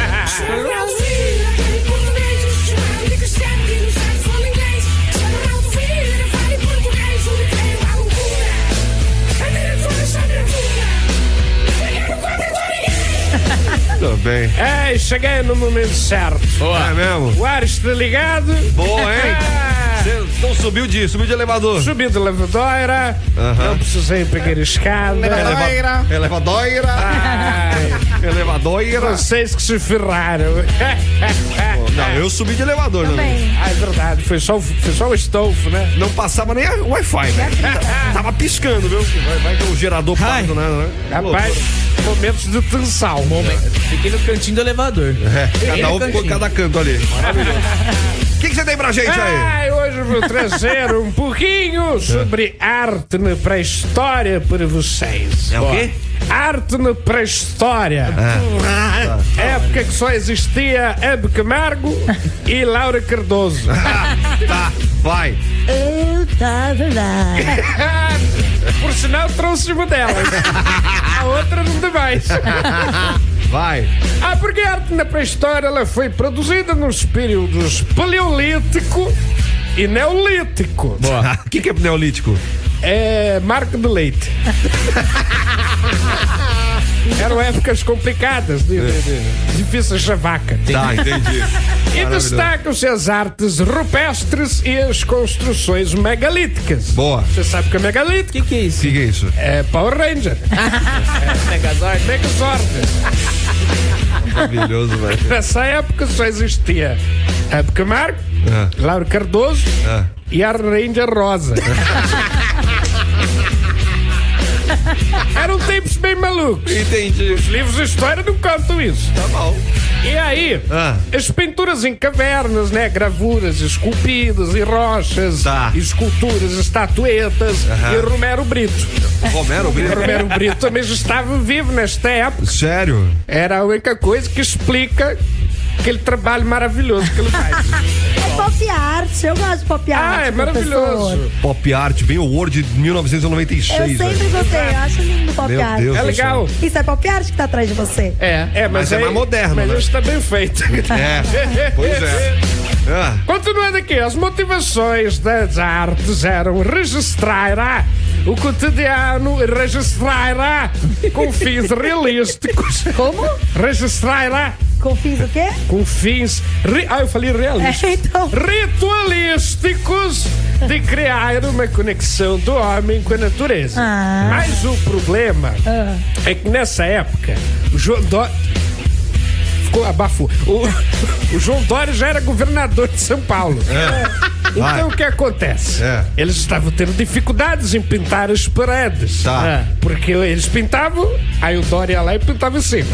[SPEAKER 2] Tudo bem.
[SPEAKER 4] É, cheguei no momento certo.
[SPEAKER 2] É mesmo?
[SPEAKER 4] O ar está ligado. Ah,
[SPEAKER 2] Boa, hein? Cê- Então subiu de, subiu de elevador.
[SPEAKER 4] Subi de elevadoira.
[SPEAKER 2] Aham.
[SPEAKER 4] Não precisei pegar escada.
[SPEAKER 2] Eleva- Elevadoira. Ah. Elevadoira.
[SPEAKER 4] Vocês que se ferraram.
[SPEAKER 2] Não, eu subi de elevador, né?
[SPEAKER 4] Ah, é verdade. Foi só, foi só o estofo, né?
[SPEAKER 2] Não passava nem o Wi-Fi, velho. Tava piscando, viu? Vai, vai que o gerador para do nada, né?
[SPEAKER 4] Rapaz, momentos de tensão.
[SPEAKER 2] Um
[SPEAKER 6] Fiquei no cantinho do elevador.
[SPEAKER 2] É, cada um ficou em cada canto ali. Maravilhoso. O que, que você tem pra gente aí?
[SPEAKER 4] Ai, hoje eu vou trazer um pouquinho sobre arte na pré-história para vocês.
[SPEAKER 2] É o quê?
[SPEAKER 4] Arte na pré-história.
[SPEAKER 9] Ah,
[SPEAKER 4] Época que só existia Hebe Camargo e Laura Cardoso.
[SPEAKER 2] tá, vai.
[SPEAKER 3] Eu tá, tava
[SPEAKER 4] lá. Por sinal, trouxe uma delas. A outra não tem mais.
[SPEAKER 2] Vai.
[SPEAKER 4] Ah, porque a arte na pré-história ela foi produzida nos períodos Paleolítico e Neolítico.
[SPEAKER 2] O que, que é neolítico?
[SPEAKER 4] É marca do leite. Eram épocas complicadas, de, de, de, difíceis de vaca.
[SPEAKER 2] Tá, entendi.
[SPEAKER 4] E
[SPEAKER 2] Maravilhoso.
[SPEAKER 4] destacam-se as artes rupestres e as construções megalíticas.
[SPEAKER 2] Boa.
[SPEAKER 4] Você sabe o que é megalítico? O
[SPEAKER 6] que, é isso?
[SPEAKER 2] O que, que é isso?
[SPEAKER 4] É Power Ranger.
[SPEAKER 6] Megazord.
[SPEAKER 4] Megazord.
[SPEAKER 2] Maravilhoso, velho.
[SPEAKER 4] Nessa época só existia Hebe Camargo,
[SPEAKER 2] Ah.
[SPEAKER 4] Lauro Cardoso e a Ranger Rosa. Eram tempos bem malucos.
[SPEAKER 2] Entendi.
[SPEAKER 4] Os livros de história não contam isso.
[SPEAKER 2] Tá bom.
[SPEAKER 4] E aí,
[SPEAKER 2] Ah.
[SPEAKER 4] as pinturas em cavernas, né? Gravuras esculpidas e rochas, esculturas, estatuetas
[SPEAKER 2] Tá. Aham.
[SPEAKER 4] e Romero Brito.
[SPEAKER 2] Romero Brito?
[SPEAKER 4] Romero Brito também já estava vivo nesta época.
[SPEAKER 2] Sério?
[SPEAKER 4] Era a única coisa que explica aquele trabalho maravilhoso que ele faz.
[SPEAKER 3] É pop art, eu gosto de Tipo, pop art.
[SPEAKER 4] é
[SPEAKER 3] professor.
[SPEAKER 4] maravilhoso.
[SPEAKER 2] Pop art, bem o Word de 1996.
[SPEAKER 3] Eu sempre
[SPEAKER 2] velho.
[SPEAKER 3] gostei, eu acho lindo pop
[SPEAKER 2] Meu
[SPEAKER 3] art.
[SPEAKER 2] Deus É do legal.
[SPEAKER 3] Isso é pop art que tá atrás de você.
[SPEAKER 4] É, é mas,
[SPEAKER 2] Mas é mais moderno,
[SPEAKER 4] Mas
[SPEAKER 2] né?
[SPEAKER 4] hoje tá bem feito.
[SPEAKER 2] É, pois é. Ah,
[SPEAKER 4] Continuando aqui, as motivações das artes eram registrar ah, o cotidiano, e registrar ah, com fins realísticos.
[SPEAKER 3] Como?
[SPEAKER 4] Registrar ah,
[SPEAKER 3] Com fins o quê?
[SPEAKER 4] Com fins. ri- Ah, eu falei realísticos.
[SPEAKER 3] É, então.
[SPEAKER 4] Ritualísticos de criar uma conexão do homem com a natureza.
[SPEAKER 9] Ah.
[SPEAKER 4] Mas o problema
[SPEAKER 3] Ah.
[SPEAKER 4] é que nessa época, o João Dória. Ficou abafo. O, o João Dória já era governador de São Paulo.
[SPEAKER 2] é.
[SPEAKER 9] Vai.
[SPEAKER 4] Então o que acontece? Eles estavam tendo dificuldades em pintar as paredes.
[SPEAKER 2] Tá.
[SPEAKER 4] É. Porque eles pintavam, aí o Dória ia lá e pintava em cima.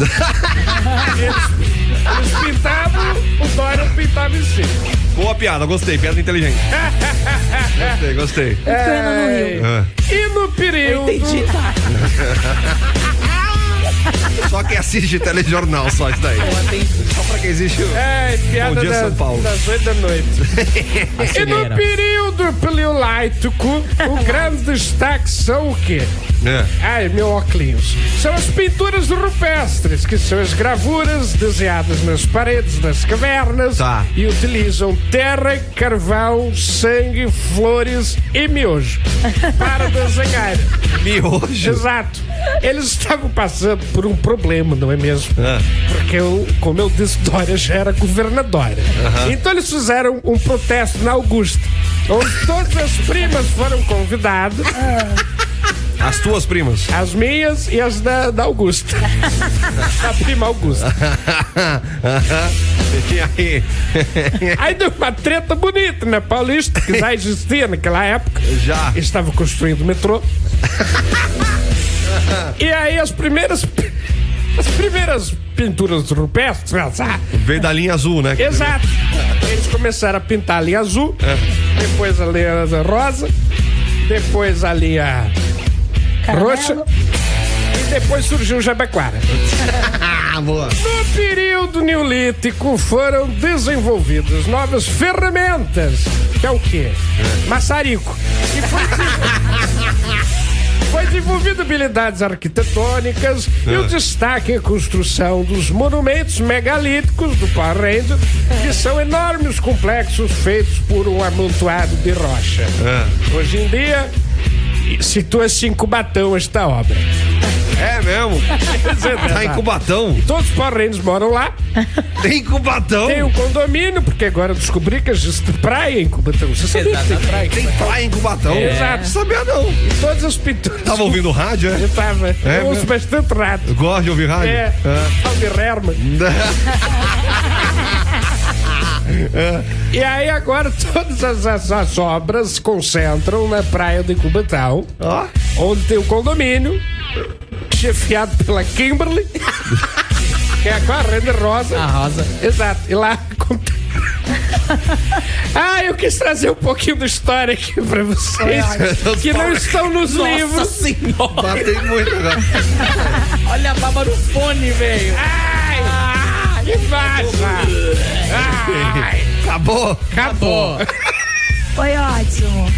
[SPEAKER 4] Eles pintavam, o Dória pintava em cima.
[SPEAKER 2] Boa piada, gostei, piada inteligente. Gostei, gostei. Ah.
[SPEAKER 4] É, E no período.
[SPEAKER 2] É. Só quem assiste telejornal, só isso daí. Só pra quem existe o
[SPEAKER 4] É, piada
[SPEAKER 2] Bom dia,
[SPEAKER 4] da-
[SPEAKER 2] São Paulo.
[SPEAKER 4] das oito da noite. e no
[SPEAKER 2] Acelera.
[SPEAKER 4] período paleolítico, o grande destaque são o quê?
[SPEAKER 2] É.
[SPEAKER 4] Ai, meu óculos. São as pinturas rupestres, que são as gravuras desenhadas nas paredes, nas cavernas. E utilizam terra, carvão, sangue, flores e miojo para desenhar.
[SPEAKER 2] Miojo?
[SPEAKER 4] Exato. Eles estavam passando por um problema, não é mesmo? Porque, eu, como eu disse, Dória já era governadora.
[SPEAKER 9] Aham.
[SPEAKER 4] Então eles fizeram um protesto na Augusta, onde todas as primas foram convidadas.
[SPEAKER 2] As tuas primas.
[SPEAKER 4] As minhas e as da, da Augusta. da prima Augusta.
[SPEAKER 2] e aí?
[SPEAKER 4] Aí deu uma treta bonita na Paulista, que já existia naquela época.
[SPEAKER 2] Já.
[SPEAKER 4] Estava construindo o metrô. e aí as primeiras. As primeiras pinturas rupestres. ah,
[SPEAKER 2] Veio da linha azul, né?
[SPEAKER 4] Exato. Eles começaram a pintar a linha azul,
[SPEAKER 2] É,
[SPEAKER 4] depois a linha rosa, depois a linha roxa e depois surgiu o Jabaquara.
[SPEAKER 2] Boa.
[SPEAKER 4] No período neolítico foram desenvolvidas novas ferramentas, que é o quê? Maçarico. E foi Foi desenvolvido habilidades arquitetônicas e o destaque é a construção dos monumentos megalíticos do Power Ranger, que são enormes complexos feitos por um amontoado de rocha.
[SPEAKER 2] é.
[SPEAKER 4] Hoje em dia, situa-se em Cubatão esta obra.
[SPEAKER 2] É mesmo? Tá em Cubatão?
[SPEAKER 4] Todos os Power Rangers moram lá.
[SPEAKER 2] Tem Cubatão?
[SPEAKER 4] Tem um condomínio, porque agora eu descobri que existe praia em Cubatão. Você sabia que tem praia em
[SPEAKER 2] Tem
[SPEAKER 4] Cubatão?
[SPEAKER 2] praia em Cubatão?
[SPEAKER 4] Exato.
[SPEAKER 2] Não sabia não.
[SPEAKER 4] E todas as pinturas...
[SPEAKER 2] Tava ouvindo rádio, é?
[SPEAKER 4] Eu tava.
[SPEAKER 2] É
[SPEAKER 4] eu ouço
[SPEAKER 2] mesmo?
[SPEAKER 4] bastante rádio.
[SPEAKER 2] Eu gosto de ouvir rádio?
[SPEAKER 4] É.
[SPEAKER 2] É.
[SPEAKER 4] Salve, Herman.
[SPEAKER 2] É.
[SPEAKER 4] E aí agora todas as, as- as obras se concentram na praia de Cubatão, onde tem o condomínio, chefiado pela Kimberly, que é com a renda rosa.
[SPEAKER 3] Ah.
[SPEAKER 4] A rosa. Exato. E lá conta- Ah, eu quis trazer um pouquinho da história aqui pra vocês que não estão nos
[SPEAKER 9] Nossa
[SPEAKER 4] livros.
[SPEAKER 6] Senhora.
[SPEAKER 2] Batei muito agora.
[SPEAKER 6] Olha a baba no fone, velho.
[SPEAKER 4] Ai, que baixa. Ai.
[SPEAKER 2] Acabou?
[SPEAKER 4] Acabou.
[SPEAKER 3] Foi ótimo.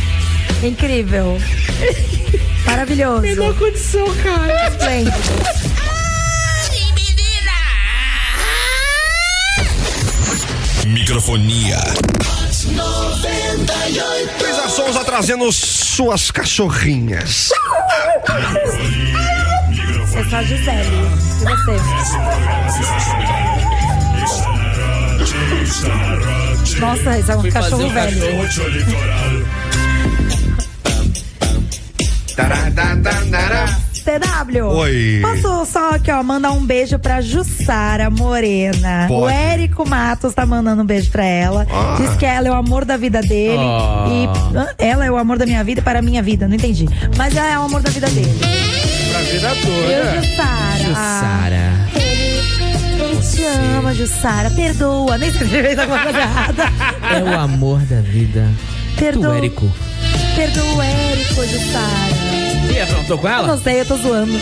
[SPEAKER 3] Incrível. Maravilhoso. Melhor
[SPEAKER 6] condição, cara.
[SPEAKER 16] Microfonia.
[SPEAKER 9] 98.
[SPEAKER 2] Luísa Souza trazendo suas cachorrinhas.
[SPEAKER 3] Eu sou a É Gisele. E você? Nossa, esse é um cachorro velho. CW.
[SPEAKER 9] Oi.
[SPEAKER 3] Posso só aqui, ó, mandar um beijo pra Jussara Morena.
[SPEAKER 9] Pode.
[SPEAKER 3] O Érico Matos tá mandando um beijo pra ela.
[SPEAKER 9] Ah.
[SPEAKER 3] Diz que ela é o amor da vida dele.
[SPEAKER 9] Ah.
[SPEAKER 3] E ah, ela é o amor da minha vida e para a minha vida, não entendi. Mas ela é o amor da vida dele.
[SPEAKER 4] Pra vida
[SPEAKER 3] Eu,
[SPEAKER 4] toda.
[SPEAKER 3] É. Jussara.
[SPEAKER 6] Ah. Jussara.
[SPEAKER 3] Ele te ama, Jussara. Perdoa. Nem sei se fez alguma coisa errada.
[SPEAKER 6] É o amor da vida.
[SPEAKER 3] Perdoa.
[SPEAKER 6] Do Érico.
[SPEAKER 3] Perdoa o Érico, Jussara.
[SPEAKER 6] E aprontou com
[SPEAKER 3] Eu
[SPEAKER 6] ela?
[SPEAKER 3] não sei, eu tô zoando.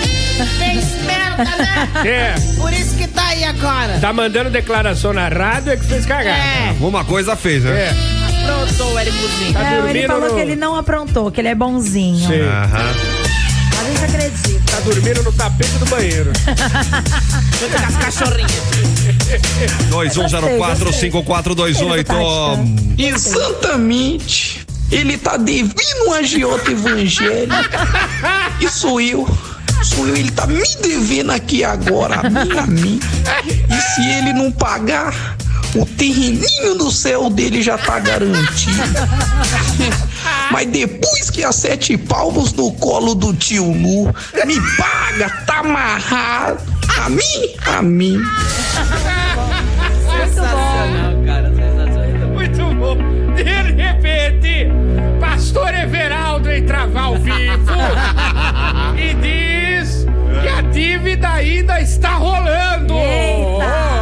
[SPEAKER 12] Tem esperta, né?
[SPEAKER 4] É.
[SPEAKER 12] Por isso que tá aí agora.
[SPEAKER 4] Tá mandando declaração na rádio é que fez cagada.
[SPEAKER 12] É.
[SPEAKER 2] Uma coisa fez, né?
[SPEAKER 4] É.
[SPEAKER 12] Aprontou o Éricozinho.
[SPEAKER 4] Tá
[SPEAKER 3] Não, ele
[SPEAKER 4] dormindo
[SPEAKER 3] É, falou
[SPEAKER 4] no-
[SPEAKER 3] que ele não aprontou, que ele é bonzinho.
[SPEAKER 2] Aham.
[SPEAKER 3] A gente acredita.
[SPEAKER 4] Tá dormindo no tapete do banheiro.
[SPEAKER 12] Junto com as cachorrinhas.
[SPEAKER 2] 21045428.
[SPEAKER 17] Exatamente. Ele tá devendo um agiota evangélico. Isso eu. sou eu, ele tá me devendo aqui agora, a mim, a mim. E se ele não pagar, o terreninho do céu dele já tá garantido. Mas depois que as sete palmos no colo do tio Lu, me paga, tá amarrado. A mim, a mim.
[SPEAKER 5] Sensacional, cara. Sensacional.
[SPEAKER 4] Muito bom. De repente, pastor Everaldo entrava ao vivo e diz que a dívida ainda está rolando.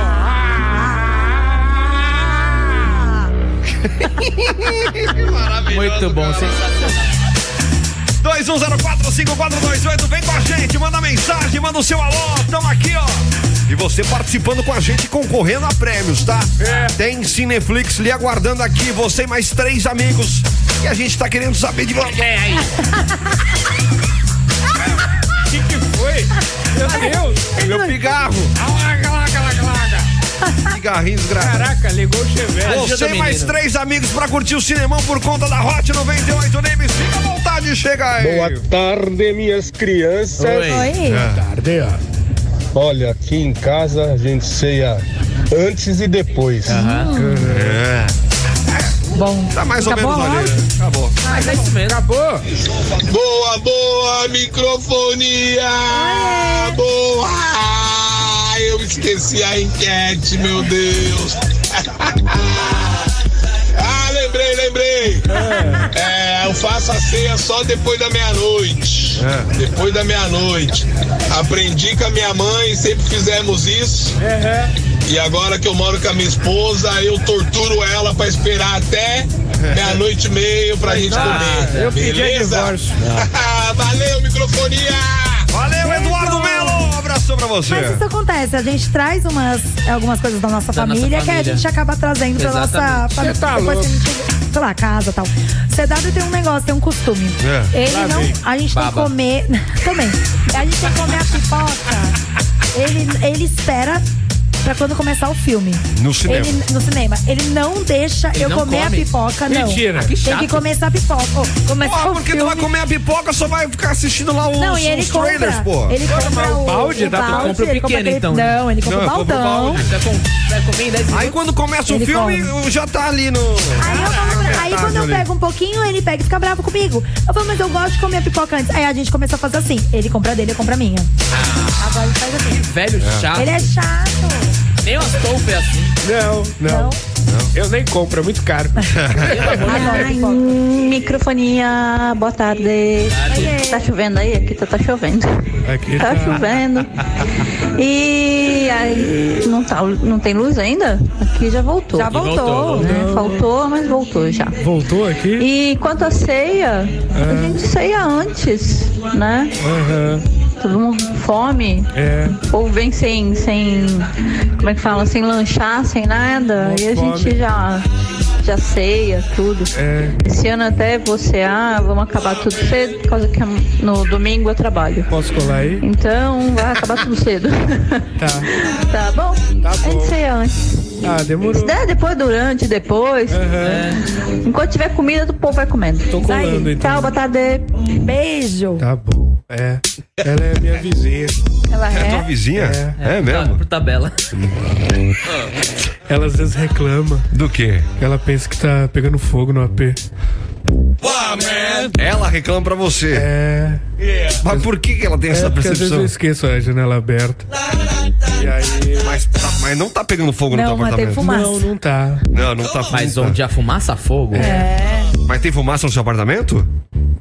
[SPEAKER 4] Ah!
[SPEAKER 6] Muito bom, sensacional.
[SPEAKER 2] 21045428, vem com a gente, manda mensagem, manda o seu alô, tamo aqui, ó. E você participando com a gente, concorrendo a prêmios, tá? Tem Cineflix lhe aguardando aqui, você e mais três amigos. E a gente tá querendo saber de você
[SPEAKER 4] É
[SPEAKER 2] aí.
[SPEAKER 4] O que, que foi? Meu Deus!
[SPEAKER 2] Meu pigarro.
[SPEAKER 4] Alaga, alaga, alaga, alaga.
[SPEAKER 2] Pigarrinho desgraçado.
[SPEAKER 4] Caraca, ligou o Chevette.
[SPEAKER 2] Você e mais três amigos pra curtir o cinemão por conta da Hot 98 Names. Fica à vontade, chega aí.
[SPEAKER 16] Boa tarde, minhas crianças.
[SPEAKER 2] Oi. Oi. Boa
[SPEAKER 16] tarde, Olha, aqui em casa a gente ceia antes e depois.
[SPEAKER 2] Bom, tá mais ou menos ali. né? Acabou.
[SPEAKER 6] Mas é isso mesmo.
[SPEAKER 4] Acabou.
[SPEAKER 9] Boa, boa, microfonia! Boa! Ah, Eu esqueci a enquete, meu Deus! ah, lembrei, lembrei! É, eu faço a ceia só depois da meia-noite.
[SPEAKER 4] É.
[SPEAKER 9] Depois da meia-noite. Aprendi com a minha mãe, sempre fizemos isso.
[SPEAKER 4] Uhum.
[SPEAKER 9] E agora que eu moro com a minha esposa, eu torturo ela pra esperar até meia-noite e meia pra gente comer.
[SPEAKER 4] É. eu pedi
[SPEAKER 9] Beleza?
[SPEAKER 4] divórcio.
[SPEAKER 9] Ah, Valeu, microfonia!
[SPEAKER 2] Valeu, Eduardo Melo! Um abraço pra você.
[SPEAKER 3] Então, Mas isso acontece, a gente traz umas, algumas coisas da nossa
[SPEAKER 2] Da nossa
[SPEAKER 3] família que a
[SPEAKER 2] família.
[SPEAKER 3] gente acaba trazendo pra nossa
[SPEAKER 2] Exatamente.
[SPEAKER 3] família.
[SPEAKER 2] Cê tá
[SPEAKER 3] Depois
[SPEAKER 2] louco.
[SPEAKER 3] que a gente, sei lá, casa e tal. CW tem um negócio, tem um costume.
[SPEAKER 9] É.
[SPEAKER 3] Ele
[SPEAKER 9] Lá
[SPEAKER 3] não.
[SPEAKER 9] vem.
[SPEAKER 3] A gente tem que
[SPEAKER 9] Baba.
[SPEAKER 3] comer. Também. A gente tem que comer a pipoca. Ele, ele espera. Pra quando começar o filme.
[SPEAKER 2] No cinema.
[SPEAKER 3] Ele, no cinema. Ele não deixa
[SPEAKER 2] Ele
[SPEAKER 3] eu
[SPEAKER 2] não
[SPEAKER 3] comer
[SPEAKER 2] come?
[SPEAKER 3] a pipoca, não.
[SPEAKER 2] Mentira. Ah, que
[SPEAKER 3] Tem que
[SPEAKER 2] chato.
[SPEAKER 3] começar a pipoca. Oh, começar
[SPEAKER 2] Porra,
[SPEAKER 3] o
[SPEAKER 2] porque tu
[SPEAKER 3] filme.
[SPEAKER 2] vai comer a pipoca, só vai ficar assistindo lá os,
[SPEAKER 3] Não, e ele
[SPEAKER 2] os trailers,
[SPEAKER 3] compra.
[SPEAKER 2] pô.
[SPEAKER 3] Ele compra o
[SPEAKER 2] balde,
[SPEAKER 3] o
[SPEAKER 2] dá pra-
[SPEAKER 3] balde,
[SPEAKER 2] compra o
[SPEAKER 3] ele
[SPEAKER 2] pequeno,
[SPEAKER 3] aquele-
[SPEAKER 2] então, né?
[SPEAKER 3] Não, ele compra o
[SPEAKER 2] Não, compra o
[SPEAKER 3] baldão.
[SPEAKER 6] Ah,
[SPEAKER 2] balde. Aí quando começa
[SPEAKER 3] Ele
[SPEAKER 2] o filme,
[SPEAKER 3] come.
[SPEAKER 2] já tá ali no. É, tá
[SPEAKER 3] Aí quando eu
[SPEAKER 2] ali.
[SPEAKER 3] pego um pouquinho, ele pega e fica bravo comigo. Eu falo, mas eu gosto de comer a pipoca antes. Aí a gente começa a fazer assim. Ele compra a dele, eu compro a minha.
[SPEAKER 2] Ah.
[SPEAKER 3] Agora ele faz assim.
[SPEAKER 6] Velho chato.
[SPEAKER 3] Ele é chato.
[SPEAKER 6] Nem o Astolfo é assim.
[SPEAKER 4] Não, não, Eu nem compro, é muito caro.
[SPEAKER 18] Ai, microfonia, boa tarde. Tá chovendo aí? Aqui tá, tá chovendo.
[SPEAKER 4] Aqui
[SPEAKER 18] tá,
[SPEAKER 4] tá.
[SPEAKER 18] chovendo. E aí, não, tá, não tem luz ainda? Aqui já voltou.
[SPEAKER 3] Já voltou. Voltou,
[SPEAKER 18] né?
[SPEAKER 3] voltou.
[SPEAKER 18] Faltou, mas voltou já.
[SPEAKER 4] Voltou aqui?
[SPEAKER 18] E quanto à ceia, a gente ceia antes, né?
[SPEAKER 4] Aham.
[SPEAKER 18] Todo mundo com fome.
[SPEAKER 4] É.
[SPEAKER 18] Ou vem sem, sem. Como é que fala? Sem lanchar, sem nada. e a
[SPEAKER 4] fome. É.
[SPEAKER 18] gente já, já ceia tudo. Esse ano até você, ah, vamos acabar tudo cedo, por causa que no domingo eu trabalho.
[SPEAKER 4] Posso colar aí?
[SPEAKER 18] Então vai acabar tudo cedo.
[SPEAKER 4] Tá.
[SPEAKER 18] tá bom?
[SPEAKER 4] Tá
[SPEAKER 18] A gente
[SPEAKER 4] bom.
[SPEAKER 18] ceia antes.
[SPEAKER 4] Ah, demorou.
[SPEAKER 18] Se der depois, durante, depois. Enquanto tiver comida, o povo vai comendo. Tô
[SPEAKER 4] colando, então.
[SPEAKER 9] Tá
[SPEAKER 18] Tchau, boa tarde.
[SPEAKER 3] Beijo.
[SPEAKER 4] Tá bom. É. Ela é minha vizinha.
[SPEAKER 3] Ela
[SPEAKER 2] É tua vizinha? É, mesmo?
[SPEAKER 6] Por tabela.
[SPEAKER 4] Ela às vezes reclama.
[SPEAKER 2] Do quê?
[SPEAKER 4] Ela pensa que tá pegando fogo no AP.
[SPEAKER 2] Ela reclama pra você.
[SPEAKER 4] É.
[SPEAKER 2] Mas por que, que ela tem
[SPEAKER 4] é
[SPEAKER 2] essa
[SPEAKER 4] porque às vezes eu
[SPEAKER 2] percepção?
[SPEAKER 4] esqueço é, a janela aberta.
[SPEAKER 2] E aí- Mas, tá- mas não tá pegando fogo no teu apartamento.
[SPEAKER 4] Não, não tá.
[SPEAKER 2] Não, não tá
[SPEAKER 6] Mas
[SPEAKER 2] não tá.
[SPEAKER 6] onde há fumaça, há fogo.
[SPEAKER 2] Mas tem fumaça no seu apartamento?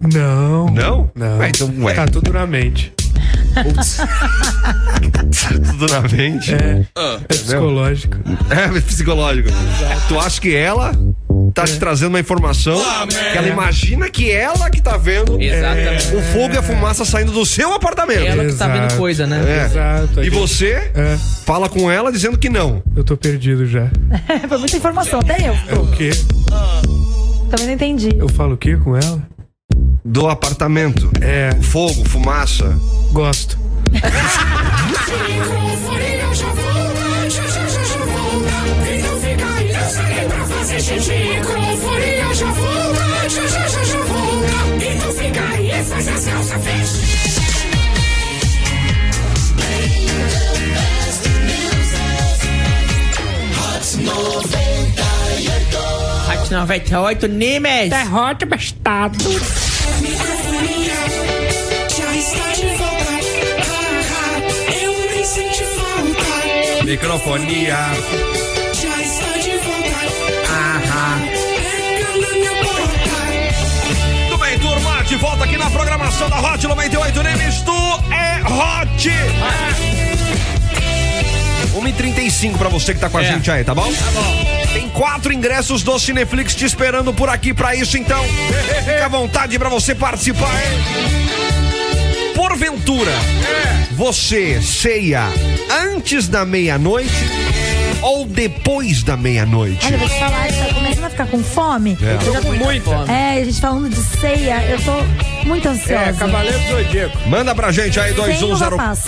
[SPEAKER 4] Não.
[SPEAKER 2] Não?
[SPEAKER 4] Não.
[SPEAKER 2] Ué, então, ué.
[SPEAKER 4] Tá tudo na mente.
[SPEAKER 2] Tudo na mente?
[SPEAKER 4] É.
[SPEAKER 2] Ah.
[SPEAKER 4] É psicológico.
[SPEAKER 2] É psicológico. Tu acha que ela tá te trazendo uma informação que ela imagina que ela que tá vendo
[SPEAKER 6] Exatamente.
[SPEAKER 2] o fogo e a fumaça saindo do seu apartamento.
[SPEAKER 6] Ela que tá vendo coisa, né?
[SPEAKER 2] É.
[SPEAKER 4] Exato.
[SPEAKER 2] E você fala com ela dizendo que não.
[SPEAKER 4] Eu tô perdido já.
[SPEAKER 3] Foi muita informação, até eu.
[SPEAKER 4] É o quê?
[SPEAKER 3] Também não entendi.
[SPEAKER 4] Eu falo o quê com ela?
[SPEAKER 2] Do apartamento.
[SPEAKER 4] É.
[SPEAKER 2] Fogo, fumaça.
[SPEAKER 4] Gosto.
[SPEAKER 9] Microfonia já volta, já, já, já, já volta. E não fica aí, eu saí pra fazer xixi. Microfonia já volta, já, já, já, já volta. E não fica aí, faz as calças, fecha.
[SPEAKER 12] Hot
[SPEAKER 6] é
[SPEAKER 12] 98 Nimes.
[SPEAKER 6] Tá
[SPEAKER 12] É
[SPEAKER 4] hot bestado.
[SPEAKER 9] Já está de volta. Ah, ah, eu nem senti falta.
[SPEAKER 2] Microfonia.
[SPEAKER 9] Já está de volta. Pegando minha porta.
[SPEAKER 2] Tudo bem, turma? De volta aqui na programação da Hot 98 Nemes. Tu é Hot! 1h35 pra você que tá com a gente aí, tá bom? Tá bom. Tem quatro ingressos do Cineflix te esperando por aqui pra isso, então. Fica à vontade pra você participar, hein? Porventura, É. você ceia antes da meia-noite ou depois da meia-noite?
[SPEAKER 3] Olha, eu vou te falar, que tá começando a ficar com fome.
[SPEAKER 2] É. Eu tô
[SPEAKER 3] já
[SPEAKER 2] com muita fome.
[SPEAKER 3] É, a gente falando de ceia, eu tô muito ansiosa.
[SPEAKER 4] É, Cavaleiro do Zodíaco.
[SPEAKER 2] Manda pra gente aí,
[SPEAKER 3] Sem o
[SPEAKER 2] 210
[SPEAKER 3] rapaz.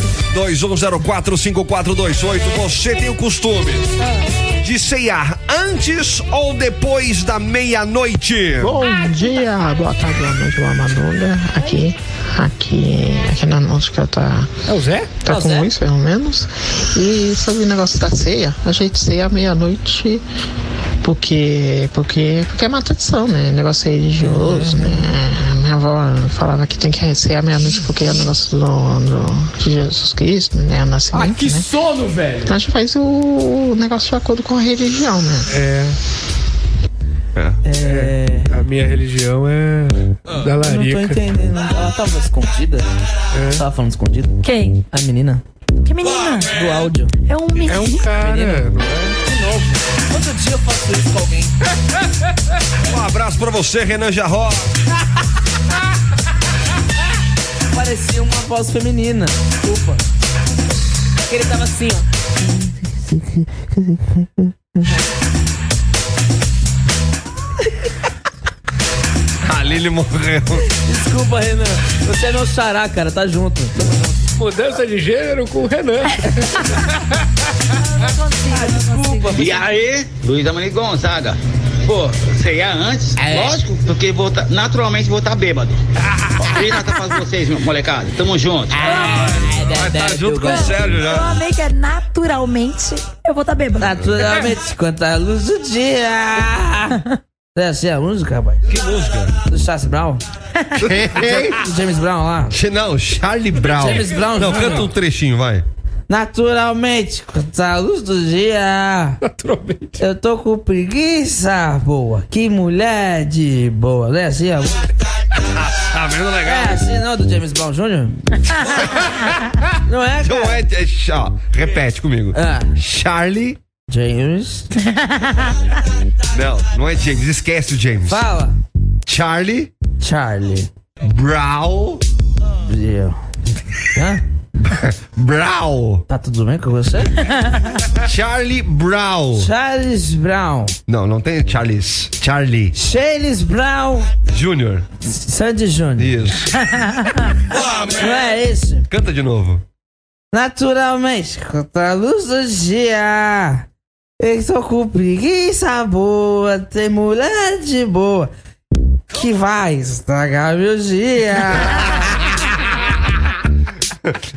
[SPEAKER 2] 21045428. Você tem o costume de ceiar antes ou depois da meia-noite?
[SPEAKER 19] Bom dia, boa tarde, boa noite, boa madruga. Aqui, aqui, aqui na Náutica tá.
[SPEAKER 4] É o Zé?
[SPEAKER 19] Tá com isso, pelo menos. E sobre o negócio da ceia, a gente ceia à meia-noite porque, porque, porque é uma tradição, né? Negócio religioso, né? Minha avó falava que tem que cear à meia-noite porque é o negócio do, do- de Jesus Cristo, né? O
[SPEAKER 4] Ah,
[SPEAKER 19] nascimento.
[SPEAKER 9] que
[SPEAKER 19] né?
[SPEAKER 5] sono, velho!
[SPEAKER 19] Então a gente faz o, o negócio de acordo com a religião, né?
[SPEAKER 4] É. É. A minha religião é da
[SPEAKER 6] Eu não tô
[SPEAKER 4] larica.
[SPEAKER 6] entendendo. Ela tava escondida? Tava falando escondida?
[SPEAKER 3] Quem?
[SPEAKER 6] A menina.
[SPEAKER 3] Que menina?
[SPEAKER 6] Do áudio.
[SPEAKER 3] É um menino.
[SPEAKER 6] É um cara,
[SPEAKER 4] não
[SPEAKER 6] Todo dia eu faço isso com alguém.
[SPEAKER 2] Um abraço pra você, Renan Jarró.
[SPEAKER 6] Parecia uma voz feminina. Desculpa. É que ele tava assim, ó.
[SPEAKER 2] Ali ele morreu.
[SPEAKER 6] Desculpa, Renan. Você é meu xará, cara. Tá junto.
[SPEAKER 4] Mudança de gênero com o Renan.
[SPEAKER 20] E aí, Luiz Amani Gonzaga. Pô, você ia antes, lógico, porque vou tá- naturalmente vou estar bêbado. Feliz Natal pra vocês, meu molecada. Tamo junto.
[SPEAKER 6] É,
[SPEAKER 2] Vai estar Tá junto com o Sérgio
[SPEAKER 3] Eu amei que é naturalmente. Eu vou estar tá bêbada.
[SPEAKER 6] Naturalmente, quanto a luz do dia. Essa é a música, rapaz?
[SPEAKER 2] Que música?
[SPEAKER 6] Do Charles Brown? Do James Brown lá?
[SPEAKER 2] Não, Charlie Brown.
[SPEAKER 6] James Brown,
[SPEAKER 2] Não,
[SPEAKER 6] Júnior.
[SPEAKER 2] canta um trechinho, vai.
[SPEAKER 6] Naturalmente, quanto a luz do dia. Naturalmente. Eu tô com preguiça boa. Que mulher de boa. Não é assim a música?
[SPEAKER 2] Tá vendo legal?
[SPEAKER 6] É assim não, do James Brown Jr.? Não é, Ah,
[SPEAKER 2] Não é, é cha- ó, repete comigo. É. Charlie.
[SPEAKER 6] James.
[SPEAKER 2] Não, não é James, esquece o James.
[SPEAKER 6] Fala.
[SPEAKER 2] Charlie.
[SPEAKER 6] Charlie.
[SPEAKER 2] Brown.
[SPEAKER 6] Brau. Hã?
[SPEAKER 2] Brown.
[SPEAKER 6] Tá tudo bem com você?
[SPEAKER 2] Tá. Charlie Brown.
[SPEAKER 6] Charles Brown.
[SPEAKER 2] Não, não tem Charles. Charlie.
[SPEAKER 6] Charles Brown.
[SPEAKER 2] Júnior.
[SPEAKER 6] Sandy Júnior.
[SPEAKER 2] Isso.
[SPEAKER 6] Não é isso?
[SPEAKER 2] Canta de novo.
[SPEAKER 6] Naturalmente, contra a luz do dia. Eu tô com preguiça boa, tem mulher de boa que vai estragar meu dia.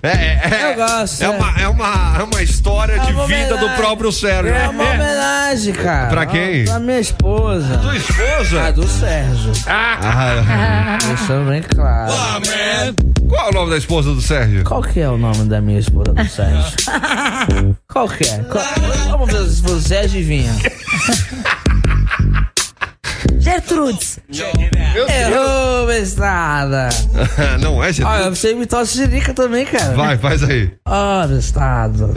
[SPEAKER 2] É, é, Eu
[SPEAKER 6] gosto.
[SPEAKER 2] É uma, é uma, é uma história de vida do próprio Sérgio.
[SPEAKER 6] É uma homenagem, cara.
[SPEAKER 2] Pra quem?
[SPEAKER 6] Pra minha esposa.
[SPEAKER 2] Sua esposa?
[SPEAKER 6] A do Sérgio.
[SPEAKER 2] Ah.
[SPEAKER 6] Deixando bem claro.
[SPEAKER 2] Qual é o nome da esposa do Sérgio?
[SPEAKER 6] Qual que é o nome da minha esposa do Sérgio? Qual que é? Qual- Vamos ver se o Sérgio vinha.
[SPEAKER 3] Gertrudes.
[SPEAKER 6] Errou, bestada.
[SPEAKER 2] não é, Getúlio?
[SPEAKER 6] Olha, Ah, você imitar o Sirica também, cara.
[SPEAKER 2] Vai, faz aí.
[SPEAKER 6] Ó, bestado.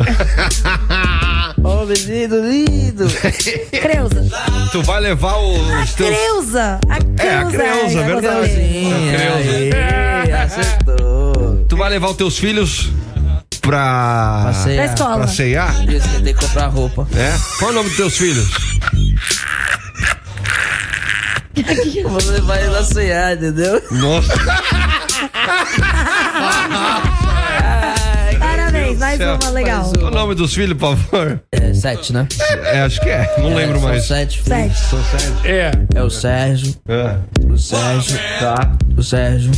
[SPEAKER 6] Ô, menino lindo.
[SPEAKER 3] Creuza.
[SPEAKER 2] Tu vai levar os teus.
[SPEAKER 3] Creuza. A
[SPEAKER 2] É, a
[SPEAKER 3] Creuza.
[SPEAKER 2] Creuza,
[SPEAKER 3] Ai,
[SPEAKER 2] verdade.
[SPEAKER 6] Creuzinha,
[SPEAKER 2] A
[SPEAKER 6] Creuza.
[SPEAKER 2] Tu vai levar os teus filhos pra.
[SPEAKER 6] Pra ceia. Pra escola.
[SPEAKER 2] Pra ceia?
[SPEAKER 6] Eu tentei comprar roupa.
[SPEAKER 2] É? Qual é o nome dos teus filhos?
[SPEAKER 6] Eu Vou levar ele a sonhar, entendeu?
[SPEAKER 2] Nossa.
[SPEAKER 3] Parabéns.
[SPEAKER 2] do
[SPEAKER 3] mais
[SPEAKER 2] céu.
[SPEAKER 3] uma legal.
[SPEAKER 2] Qual é o nome dos filhos, por favor?
[SPEAKER 6] É, sete, né?
[SPEAKER 2] É, acho que é. Não lembro
[SPEAKER 6] são
[SPEAKER 2] mais.
[SPEAKER 6] Sete, filhos.
[SPEAKER 3] Sete.
[SPEAKER 2] São sete.
[SPEAKER 4] É.
[SPEAKER 6] É o Sérgio.
[SPEAKER 2] É.
[SPEAKER 6] O Sérgio.
[SPEAKER 2] Tá.
[SPEAKER 6] O Sérgio.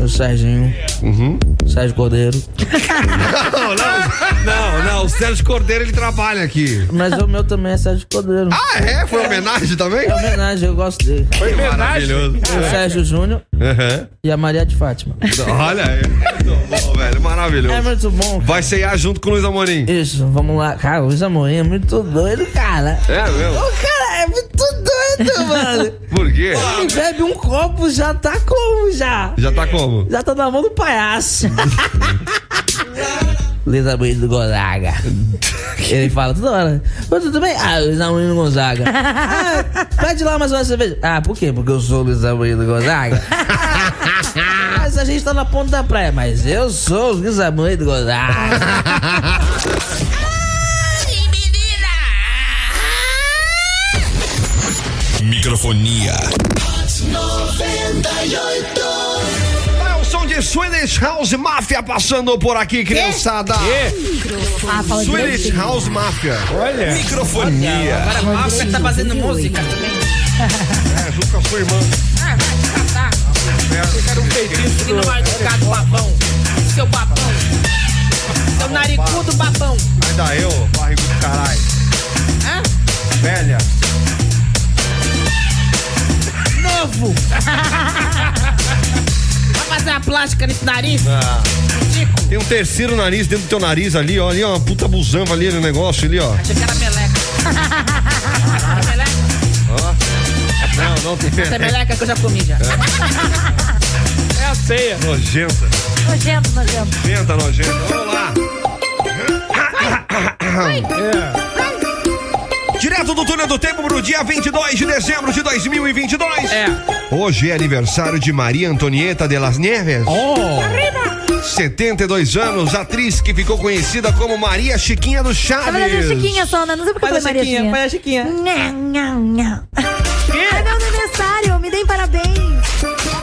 [SPEAKER 6] O Serginho.
[SPEAKER 2] É. Uhum.
[SPEAKER 6] Sérgio Cordeiro.
[SPEAKER 2] Não, não, não, não. O Sérgio Cordeiro ele trabalha aqui.
[SPEAKER 6] Mas o meu também é Sérgio Cordeiro.
[SPEAKER 2] Ah, é? Foi homenagem também?
[SPEAKER 6] É homenagem, eu gosto dele.
[SPEAKER 2] Foi homenagem? Maravilhoso.
[SPEAKER 6] O Sérgio Júnior
[SPEAKER 2] Aham.
[SPEAKER 6] e a Maria de Fátima.
[SPEAKER 2] Olha, é muito bom, velho. Maravilhoso.
[SPEAKER 6] É muito bom.
[SPEAKER 2] Vai ceiar junto com o Luiz Amorim.
[SPEAKER 6] Isso, vamos lá. Cara, o Luiz Amorim é muito doido, cara.
[SPEAKER 2] É mesmo?
[SPEAKER 6] O cara é muito doido, mano.
[SPEAKER 2] Por quê?
[SPEAKER 6] Ele bebe um copo, já tá como já?
[SPEAKER 2] Já tá como?
[SPEAKER 6] Já tá na mão do palhaço. Luiz Amorim do Gonzaga. Ele fala toda hora. "Ô, Tudo bem? Ah, Luiz Amorim do Gonzaga. Ah, pede lá mais uma cerveja. Ah, por quê? Porque eu sou o Luiz Amorim do Gonzaga. Ah, Mas a gente tá na ponta da praia. Mas eu sou o Luiz Amorim do Gonzaga.
[SPEAKER 21] Microfonia.
[SPEAKER 22] 98
[SPEAKER 2] É o som de Swedish House Mafia passando por aqui, criançada.
[SPEAKER 3] Ah, fala de
[SPEAKER 2] Swedish
[SPEAKER 3] novo.
[SPEAKER 2] House Mafia.
[SPEAKER 4] Olha.
[SPEAKER 2] Microfonia.
[SPEAKER 12] Agora a Márcia tá fazendo música também.
[SPEAKER 2] É, junto com a sua irmã.
[SPEAKER 12] Ah, vai catar.
[SPEAKER 2] Quero um
[SPEAKER 12] E não vai tocar do babão. Seu babão. Seu naricudo babão.
[SPEAKER 2] Ainda eu, barrigo do caralho.
[SPEAKER 12] Hã?
[SPEAKER 2] Velha.
[SPEAKER 12] Novo. Vai fazer uma plástica nesse nariz?
[SPEAKER 2] Ah. Tem um terceiro nariz dentro do teu nariz ali, ó. Ali, ó, uma puta busanva ali no negócio ali, ó.
[SPEAKER 12] Achei que era meleca. Era meleca?
[SPEAKER 2] Ó. Não, não tem.
[SPEAKER 12] Essa é meleca que eu já comi já.
[SPEAKER 4] É a ceia.
[SPEAKER 2] Nojenta.
[SPEAKER 3] Nojento, nojento.
[SPEAKER 2] Nojenta, nojenta. Vamos lá. É. Direto do túnel do tempo pro dia 22 de dezembro de 2022. É. Hoje é aniversário de Maria Antonieta de las Nieves. Oh. 72 anos, atriz que ficou conhecida como Maria Chiquinha do
[SPEAKER 3] Na verdade é
[SPEAKER 2] Chaves.
[SPEAKER 3] Chiquinha só, né? Não sei porque
[SPEAKER 12] Faz
[SPEAKER 3] foi
[SPEAKER 12] a
[SPEAKER 3] Maria
[SPEAKER 12] Chiquinha,
[SPEAKER 3] Chiquinha.
[SPEAKER 12] faz a Chiquinha.
[SPEAKER 3] Nha, nha, nha. É meu aniversário, me deem parabéns.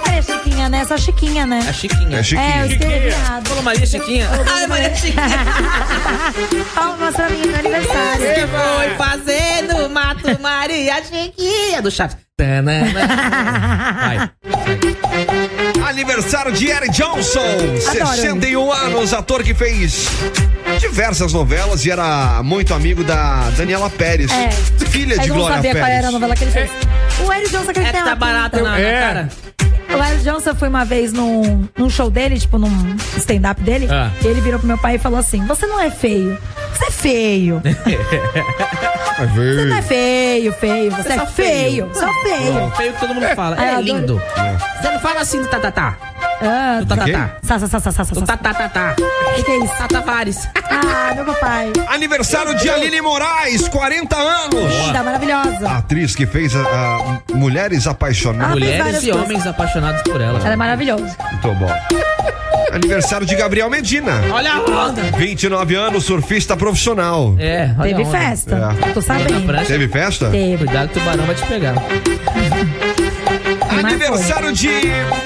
[SPEAKER 3] Maria Chiquinha, né? Só Chiquinha, né?
[SPEAKER 6] A Chiquinha.
[SPEAKER 2] É Chiquinha.
[SPEAKER 3] É, eu escrevi errado.
[SPEAKER 6] Falou Maria Chiquinha.
[SPEAKER 3] Ai,
[SPEAKER 12] é
[SPEAKER 3] Maria Chiquinha. Palmas pra mim, meu aniversário.
[SPEAKER 12] Que foi fazer no Mato Maria Chiquinha do Chaves.
[SPEAKER 6] Tá, né,
[SPEAKER 2] Aniversário de Eric Johnson, 61 anos, ator que fez diversas novelas e era muito amigo da Daniela Pérez,
[SPEAKER 3] É.
[SPEAKER 2] filha
[SPEAKER 3] Aí
[SPEAKER 2] de
[SPEAKER 3] eu não
[SPEAKER 2] Glória
[SPEAKER 3] sabia
[SPEAKER 2] Pérez.
[SPEAKER 3] qual era a novela que ele fez. O Eric Johnson que ele
[SPEAKER 12] É
[SPEAKER 3] tem
[SPEAKER 12] que
[SPEAKER 3] uma
[SPEAKER 12] tá barata
[SPEAKER 3] pinta.
[SPEAKER 12] né? na,
[SPEAKER 4] É,
[SPEAKER 12] na cara.
[SPEAKER 3] O Eric Johnson foi uma vez num, num show dele, tipo num stand-up dele.
[SPEAKER 6] Ah.
[SPEAKER 3] Ele virou pro meu pai e falou assim: Você não é feio. Você é feio. Você não é feio, feio. Você, é feio. Só feio.
[SPEAKER 6] Feio que todo mundo fala.
[SPEAKER 3] Ah, eu
[SPEAKER 6] É
[SPEAKER 3] adoro.
[SPEAKER 6] lindo. Você não fala assim do tatatá.
[SPEAKER 3] Ah,
[SPEAKER 6] Do tatatá.
[SPEAKER 3] Sa, sa, sa, sa, sa, sa,
[SPEAKER 6] Do tá,
[SPEAKER 3] sa.
[SPEAKER 6] tatatá.
[SPEAKER 3] O que, que é isso?
[SPEAKER 6] Tá, Tatafares.
[SPEAKER 3] Ah, meu papai.
[SPEAKER 2] Aniversário de Aline Moraes, 40 anos.
[SPEAKER 3] Linda, maravilhosa.
[SPEAKER 2] A atriz que fez a, a Mulheres Apaixonadas.
[SPEAKER 3] Ah, fez
[SPEAKER 6] Mulheres
[SPEAKER 3] várias
[SPEAKER 6] e
[SPEAKER 3] coisas.
[SPEAKER 6] homens apaixonados por ela.
[SPEAKER 3] Ela é maravilhosa.
[SPEAKER 2] Muito bom. Aniversário de Gabriel Medina,
[SPEAKER 3] é
[SPEAKER 12] Olha a onda.
[SPEAKER 2] 29 anos, surfista profissional.
[SPEAKER 6] É, olha a
[SPEAKER 3] Teve
[SPEAKER 6] onda.
[SPEAKER 3] festa.
[SPEAKER 2] É.
[SPEAKER 3] Tô sabendo.
[SPEAKER 6] Pra-
[SPEAKER 2] Teve festa?
[SPEAKER 3] Teve.
[SPEAKER 6] Cuidado, que o tubarão vai te pegar.
[SPEAKER 2] Aniversário de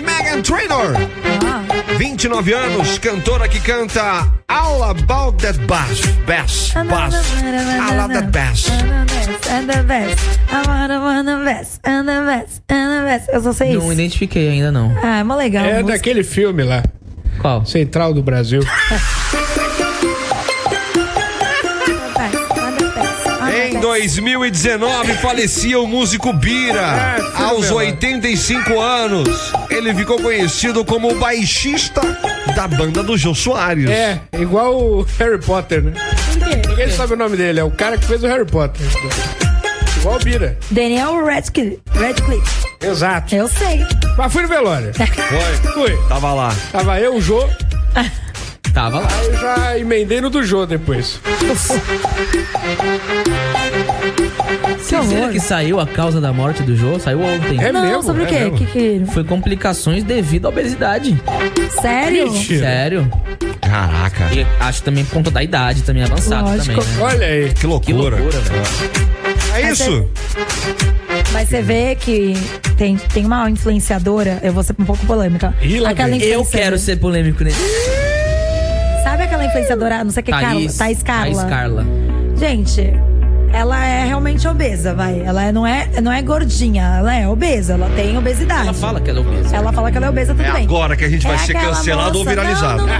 [SPEAKER 2] Megan Trainor. 29 anos, cantora que canta All About That Bass. Bass. Bass. All About That Bass.
[SPEAKER 3] And the best, and the best. I wanna, wanna best, and the best, and the best. Eu só sei
[SPEAKER 6] Não
[SPEAKER 3] é isso.
[SPEAKER 6] identifiquei ainda, não.
[SPEAKER 3] Ah, é mó legal. a
[SPEAKER 4] É
[SPEAKER 3] música.
[SPEAKER 4] daquele filme lá.
[SPEAKER 6] Qual?
[SPEAKER 4] Central do Brasil.
[SPEAKER 3] é
[SPEAKER 2] Em 2019 falecia o músico Bira, aos 85 anos. Ele ficou conhecido como o baixista da banda do Jô Soares.
[SPEAKER 4] É, igual o Harry Potter, né? Ninguém sabe o nome dele, é o cara que fez o Harry Potter. Igual o Bira.
[SPEAKER 3] Daniel Radcliffe. Radcliffe.
[SPEAKER 4] Exato.
[SPEAKER 3] Eu sei.
[SPEAKER 4] Mas fui no velório.
[SPEAKER 2] Foi.
[SPEAKER 4] Fui.
[SPEAKER 2] Tava lá.
[SPEAKER 4] Tava eu, o Jô,
[SPEAKER 6] Tava lá.
[SPEAKER 4] aí eu já emendei no do Jô depois.
[SPEAKER 6] Vocês viram que saiu a causa da morte do Jô? Saiu ontem.
[SPEAKER 4] É
[SPEAKER 3] não,
[SPEAKER 4] mesmo,
[SPEAKER 3] sobre o
[SPEAKER 4] é
[SPEAKER 3] quê?
[SPEAKER 4] mesmo.
[SPEAKER 3] que, que...
[SPEAKER 6] Foi complicações devido à obesidade.
[SPEAKER 3] Sério?
[SPEAKER 2] É.
[SPEAKER 6] Sério.
[SPEAKER 2] Caraca,
[SPEAKER 6] E acho também por conta da idade também avançada
[SPEAKER 3] Lógico.
[SPEAKER 6] também. Né?
[SPEAKER 4] Olha aí.
[SPEAKER 2] que loucura.
[SPEAKER 6] Que loucura, velho.
[SPEAKER 2] É isso?
[SPEAKER 3] Mas você vê que tem, tem uma influenciadora, eu vou ser um pouco polêmica.
[SPEAKER 4] Ih, lá
[SPEAKER 3] Aquela
[SPEAKER 4] vem.
[SPEAKER 6] Eu
[SPEAKER 3] influenciadora-
[SPEAKER 6] quero ser polêmico nesse.
[SPEAKER 3] Sabe aquela influenciadora, não sei o que, Carla? Thaís Carla.
[SPEAKER 6] Thaís Carla.
[SPEAKER 3] Gente, ela é realmente obesa, vai. Ela é- não é, não é gordinha, ela é obesa, ela tem obesidade. Ela fala
[SPEAKER 6] que ela é obesa.
[SPEAKER 3] Ela fala que ela é obesa, tudo
[SPEAKER 2] É
[SPEAKER 3] bem.
[SPEAKER 2] agora que a gente vai ser
[SPEAKER 3] aquela
[SPEAKER 2] cancelado ou viralizado.
[SPEAKER 3] Não, não,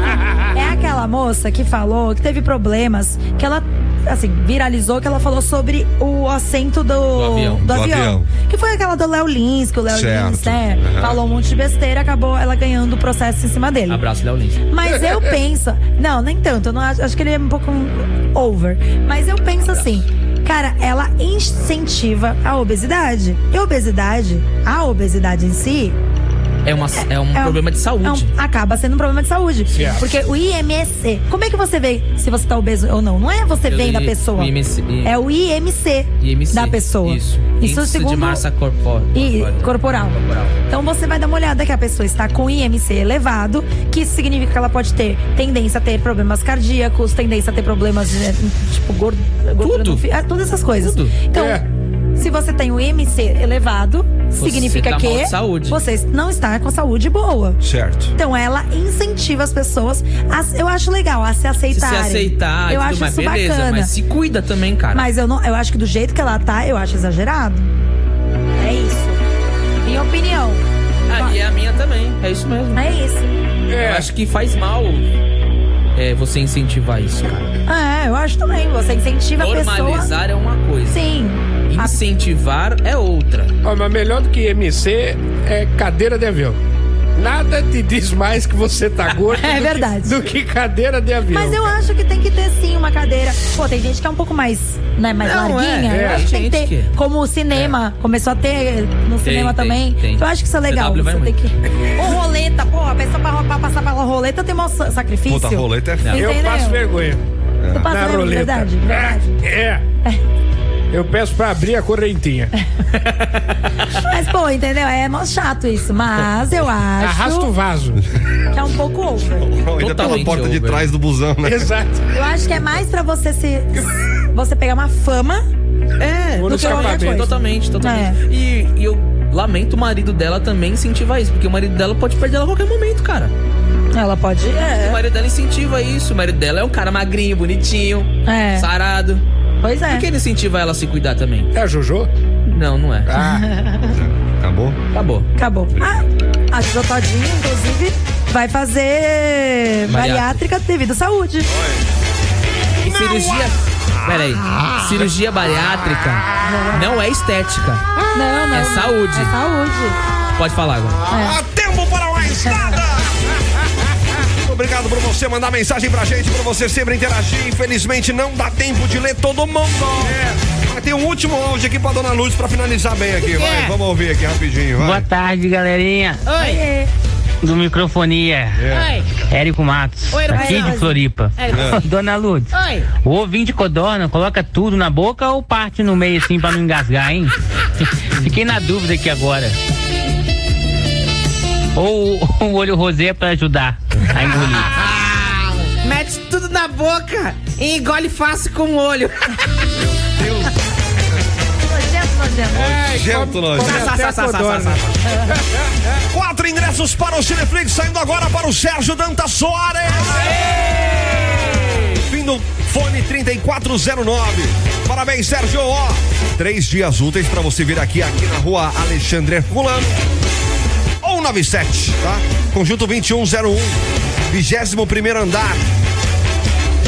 [SPEAKER 3] não. É aquela moça que falou que teve problemas, que ela, assim, viralizou, que ela falou sobre o assento do, do
[SPEAKER 23] avião. Do avião.
[SPEAKER 3] Que foi aquela do Léo Lins, que o Léo
[SPEAKER 23] Certo.
[SPEAKER 3] Lins, né?
[SPEAKER 23] Aham.
[SPEAKER 3] Falou um monte de besteira, acabou ela ganhando o processo em cima dele.
[SPEAKER 6] Abraço, Léo Lins.
[SPEAKER 3] Mas eu penso. Não, nem tanto. Eu não acho, acho que ele é um pouco um over. Mas eu penso assim. Cara, ela incentiva a obesidade. E obesidade, a obesidade em si.
[SPEAKER 6] É, uma, é um
[SPEAKER 3] é um-
[SPEAKER 6] problema de saúde.
[SPEAKER 3] é um- acaba sendo um problema de saúde.
[SPEAKER 6] Certo.
[SPEAKER 3] Porque o IMC. Como é que você vê se você tá obeso ou não? Não é você
[SPEAKER 6] Eu
[SPEAKER 3] vendo a
[SPEAKER 6] li-
[SPEAKER 3] pessoa.
[SPEAKER 6] o IMC.
[SPEAKER 3] É o IMC.
[SPEAKER 6] IMC,
[SPEAKER 3] da pessoa.
[SPEAKER 6] Isso.
[SPEAKER 3] Isso
[SPEAKER 6] Índice de
[SPEAKER 3] segundo-
[SPEAKER 6] massa corpórea.
[SPEAKER 3] E corporal. Então você vai dar uma olhada que a pessoa está com IMC elevado, que isso significa que ela pode ter tendência a ter problemas cardíacos, tendência a ter problemas de, tipo gor- gordura, no fi- ah, todas essas coisas. Então, se você tem um o IMC elevado,
[SPEAKER 6] É. Você
[SPEAKER 3] significa
[SPEAKER 6] tá mal
[SPEAKER 3] que
[SPEAKER 6] de saúde.
[SPEAKER 3] você não está com saúde boa.
[SPEAKER 2] Certo.
[SPEAKER 3] Então ela incentiva as pessoas, a, eu acho legal, a se
[SPEAKER 6] Se
[SPEAKER 3] aceitarem.
[SPEAKER 6] você aceitar, e
[SPEAKER 3] eu
[SPEAKER 6] tudo
[SPEAKER 3] acho
[SPEAKER 6] mais,
[SPEAKER 3] isso
[SPEAKER 6] beleza.
[SPEAKER 3] bacana.
[SPEAKER 6] Mas se cuida também, cara.
[SPEAKER 3] Mas eu, não, eu acho que do jeito que ela tá, eu acho exagerado. É isso. Minha opinião.
[SPEAKER 6] Ah, e a minha também. É isso mesmo.
[SPEAKER 3] É isso.
[SPEAKER 6] Eu acho que faz mal é, você incentivar isso, cara.
[SPEAKER 3] É, eu acho também. Você incentiva a pessoa.
[SPEAKER 6] Normalizar é uma coisa.
[SPEAKER 3] Sim.
[SPEAKER 6] Incentivar é outra.
[SPEAKER 4] Ó, mas melhor do que MC é cadeira de avião. Nada te diz mais que você tá gordo
[SPEAKER 3] É
[SPEAKER 4] do,
[SPEAKER 3] verdade.
[SPEAKER 4] Que, do que cadeira de avião.
[SPEAKER 3] Mas eu acho que tem que ter sim uma cadeira. Pô, tem gente que é um pouco mais, né, mais
[SPEAKER 4] Não, é,
[SPEAKER 3] larguinha.
[SPEAKER 4] é.
[SPEAKER 3] Eu acho que tem que ter.
[SPEAKER 4] Gente que- É.
[SPEAKER 3] Como o cinema começou a ter no cinema
[SPEAKER 6] tem,
[SPEAKER 3] também.
[SPEAKER 6] tem.
[SPEAKER 3] Eu acho que isso é legal.
[SPEAKER 6] CW vai
[SPEAKER 3] Você tem que. Ou roleta, pô, a pessoa pra, pra passar pela roleta tem um sacrifício.
[SPEAKER 2] Puta, roleta é foda.
[SPEAKER 4] Eu
[SPEAKER 3] Entendeu?
[SPEAKER 4] passo vergonha.
[SPEAKER 3] Tu passa
[SPEAKER 4] Na
[SPEAKER 3] vergonha,
[SPEAKER 4] roleta.
[SPEAKER 3] verdade,
[SPEAKER 4] É. Eu peço pra abrir a correntinha.
[SPEAKER 3] Mas, pô, entendeu? É mó chato isso. Mas eu acho.
[SPEAKER 4] Arrasta um- o vaso.
[SPEAKER 3] Que é um pouco over.
[SPEAKER 2] Ainda pela porta de trás do busão, né?
[SPEAKER 4] Exato.
[SPEAKER 3] Eu acho que é mais pra você se. Você pegar uma fama.
[SPEAKER 6] É,
[SPEAKER 24] Então,
[SPEAKER 3] do que qualquer coisa.
[SPEAKER 24] tá-
[SPEAKER 3] É.
[SPEAKER 6] Totalmente, totalmente. E, e eu lamento o marido dela também incentivar isso, porque o marido dela pode perder ela a qualquer momento, cara.
[SPEAKER 3] Ela pode. é.
[SPEAKER 6] O marido dela incentiva isso. O marido dela é um cara magrinho, bonitinho,
[SPEAKER 3] É.
[SPEAKER 6] sarado.
[SPEAKER 3] Pois é.
[SPEAKER 6] Por que ele incentiva ela a se cuidar também?
[SPEAKER 4] É a Jojo?
[SPEAKER 6] Não, não é.
[SPEAKER 2] Acabou?
[SPEAKER 6] Acabou.
[SPEAKER 3] Acabou. Ah, a Jojo Todinho, inclusive, vai fazer
[SPEAKER 6] Bariátrica.
[SPEAKER 3] bariátrica devido à saúde.
[SPEAKER 6] E cirurgia. Peraí. Cirurgia bariátrica não é estética.
[SPEAKER 3] Não, não.
[SPEAKER 6] É saúde.
[SPEAKER 3] É saúde.
[SPEAKER 6] Pode falar agora.
[SPEAKER 23] É.
[SPEAKER 2] Há tempo para mais nada! Obrigado por você mandar mensagem pra gente, por você sempre interagir. Infelizmente não dá tempo de ler todo mundo. Mas tem um último áudio aqui pra Dona Luz pra finalizar bem
[SPEAKER 23] É.
[SPEAKER 2] aqui.
[SPEAKER 23] que
[SPEAKER 2] Vai,
[SPEAKER 23] é?
[SPEAKER 2] vamos ouvir aqui rapidinho. Vai.
[SPEAKER 24] Boa tarde, galerinha
[SPEAKER 12] Oi.
[SPEAKER 24] do Microfonia.
[SPEAKER 12] É.
[SPEAKER 24] Érico Matos,
[SPEAKER 12] Oi, Érico
[SPEAKER 24] aqui de
[SPEAKER 12] Matos.
[SPEAKER 24] Floripa.
[SPEAKER 12] Érico. É.
[SPEAKER 24] Dona Lourdes,
[SPEAKER 12] Oi.
[SPEAKER 24] o ovinho de codorna coloca tudo na boca ou parte no meio assim pra não engasgar, hein? Fiquei na dúvida aqui agora. Ou o- o olho rosé é pra ajudar a engolir.
[SPEAKER 12] Mete tudo na boca e engole fácil com o olho.
[SPEAKER 3] Nojento, nojento.
[SPEAKER 2] Nojento, nojento.
[SPEAKER 23] Sá, sá, sá, sá, sá, sá.
[SPEAKER 2] né? Quatro ingressos para o Cineflix, saindo agora para o Sérgio Danta Soares. Fim do fone 3409. Parabéns, Sérgio. Ó, três dias úteis para você vir aqui, aqui na rua Alexandre Herculano. Ou 97, tá? Conjunto 2101, 21 andar.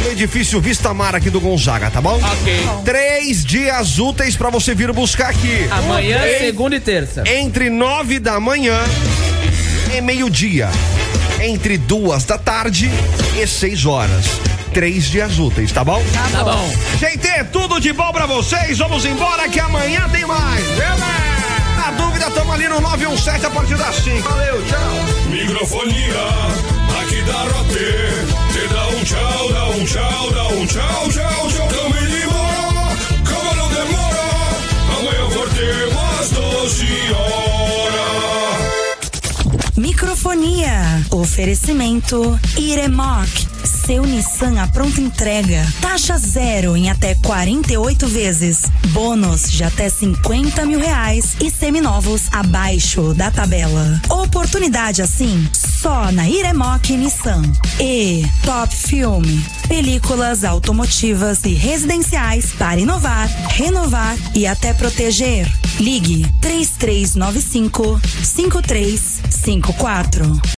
[SPEAKER 2] No edifício Vista Mar aqui do Gonzaga, tá bom?
[SPEAKER 6] Ok.
[SPEAKER 2] Três dias úteis para você vir buscar aqui.
[SPEAKER 6] Amanhã,
[SPEAKER 2] Três
[SPEAKER 6] segunda e terça.
[SPEAKER 2] entre nove da manhã e meio-dia. Entre duas da tarde e seis horas. Três dias úteis, tá bom?
[SPEAKER 6] Tá bom.
[SPEAKER 2] Gente, é tudo de bom pra vocês. Vamos embora que amanhã tem mais. Beleza? Na dúvida, tamo ali no 917 a partir das 5. Valeu, tchau.
[SPEAKER 9] Microfonia, aqui da Rote. Te dá um tchau, dá um tchau, dá um tchau, tchau, tchau. Tamo indo embora, calma não demora. Amanhã vou ter umas 12 horas.
[SPEAKER 25] Microfonia. Oferecimento Iremoc. Seu Nissan à pronta entrega. Taxa zero em até 48 vezes. Bônus de até 50 mil reais e seminovos abaixo da tabela. Oportunidade assim,
[SPEAKER 3] Só na Iremoc Nissan. E Top Filme. Películas automotivas e residenciais para inovar, renovar e até proteger. Ligue 3395 5354.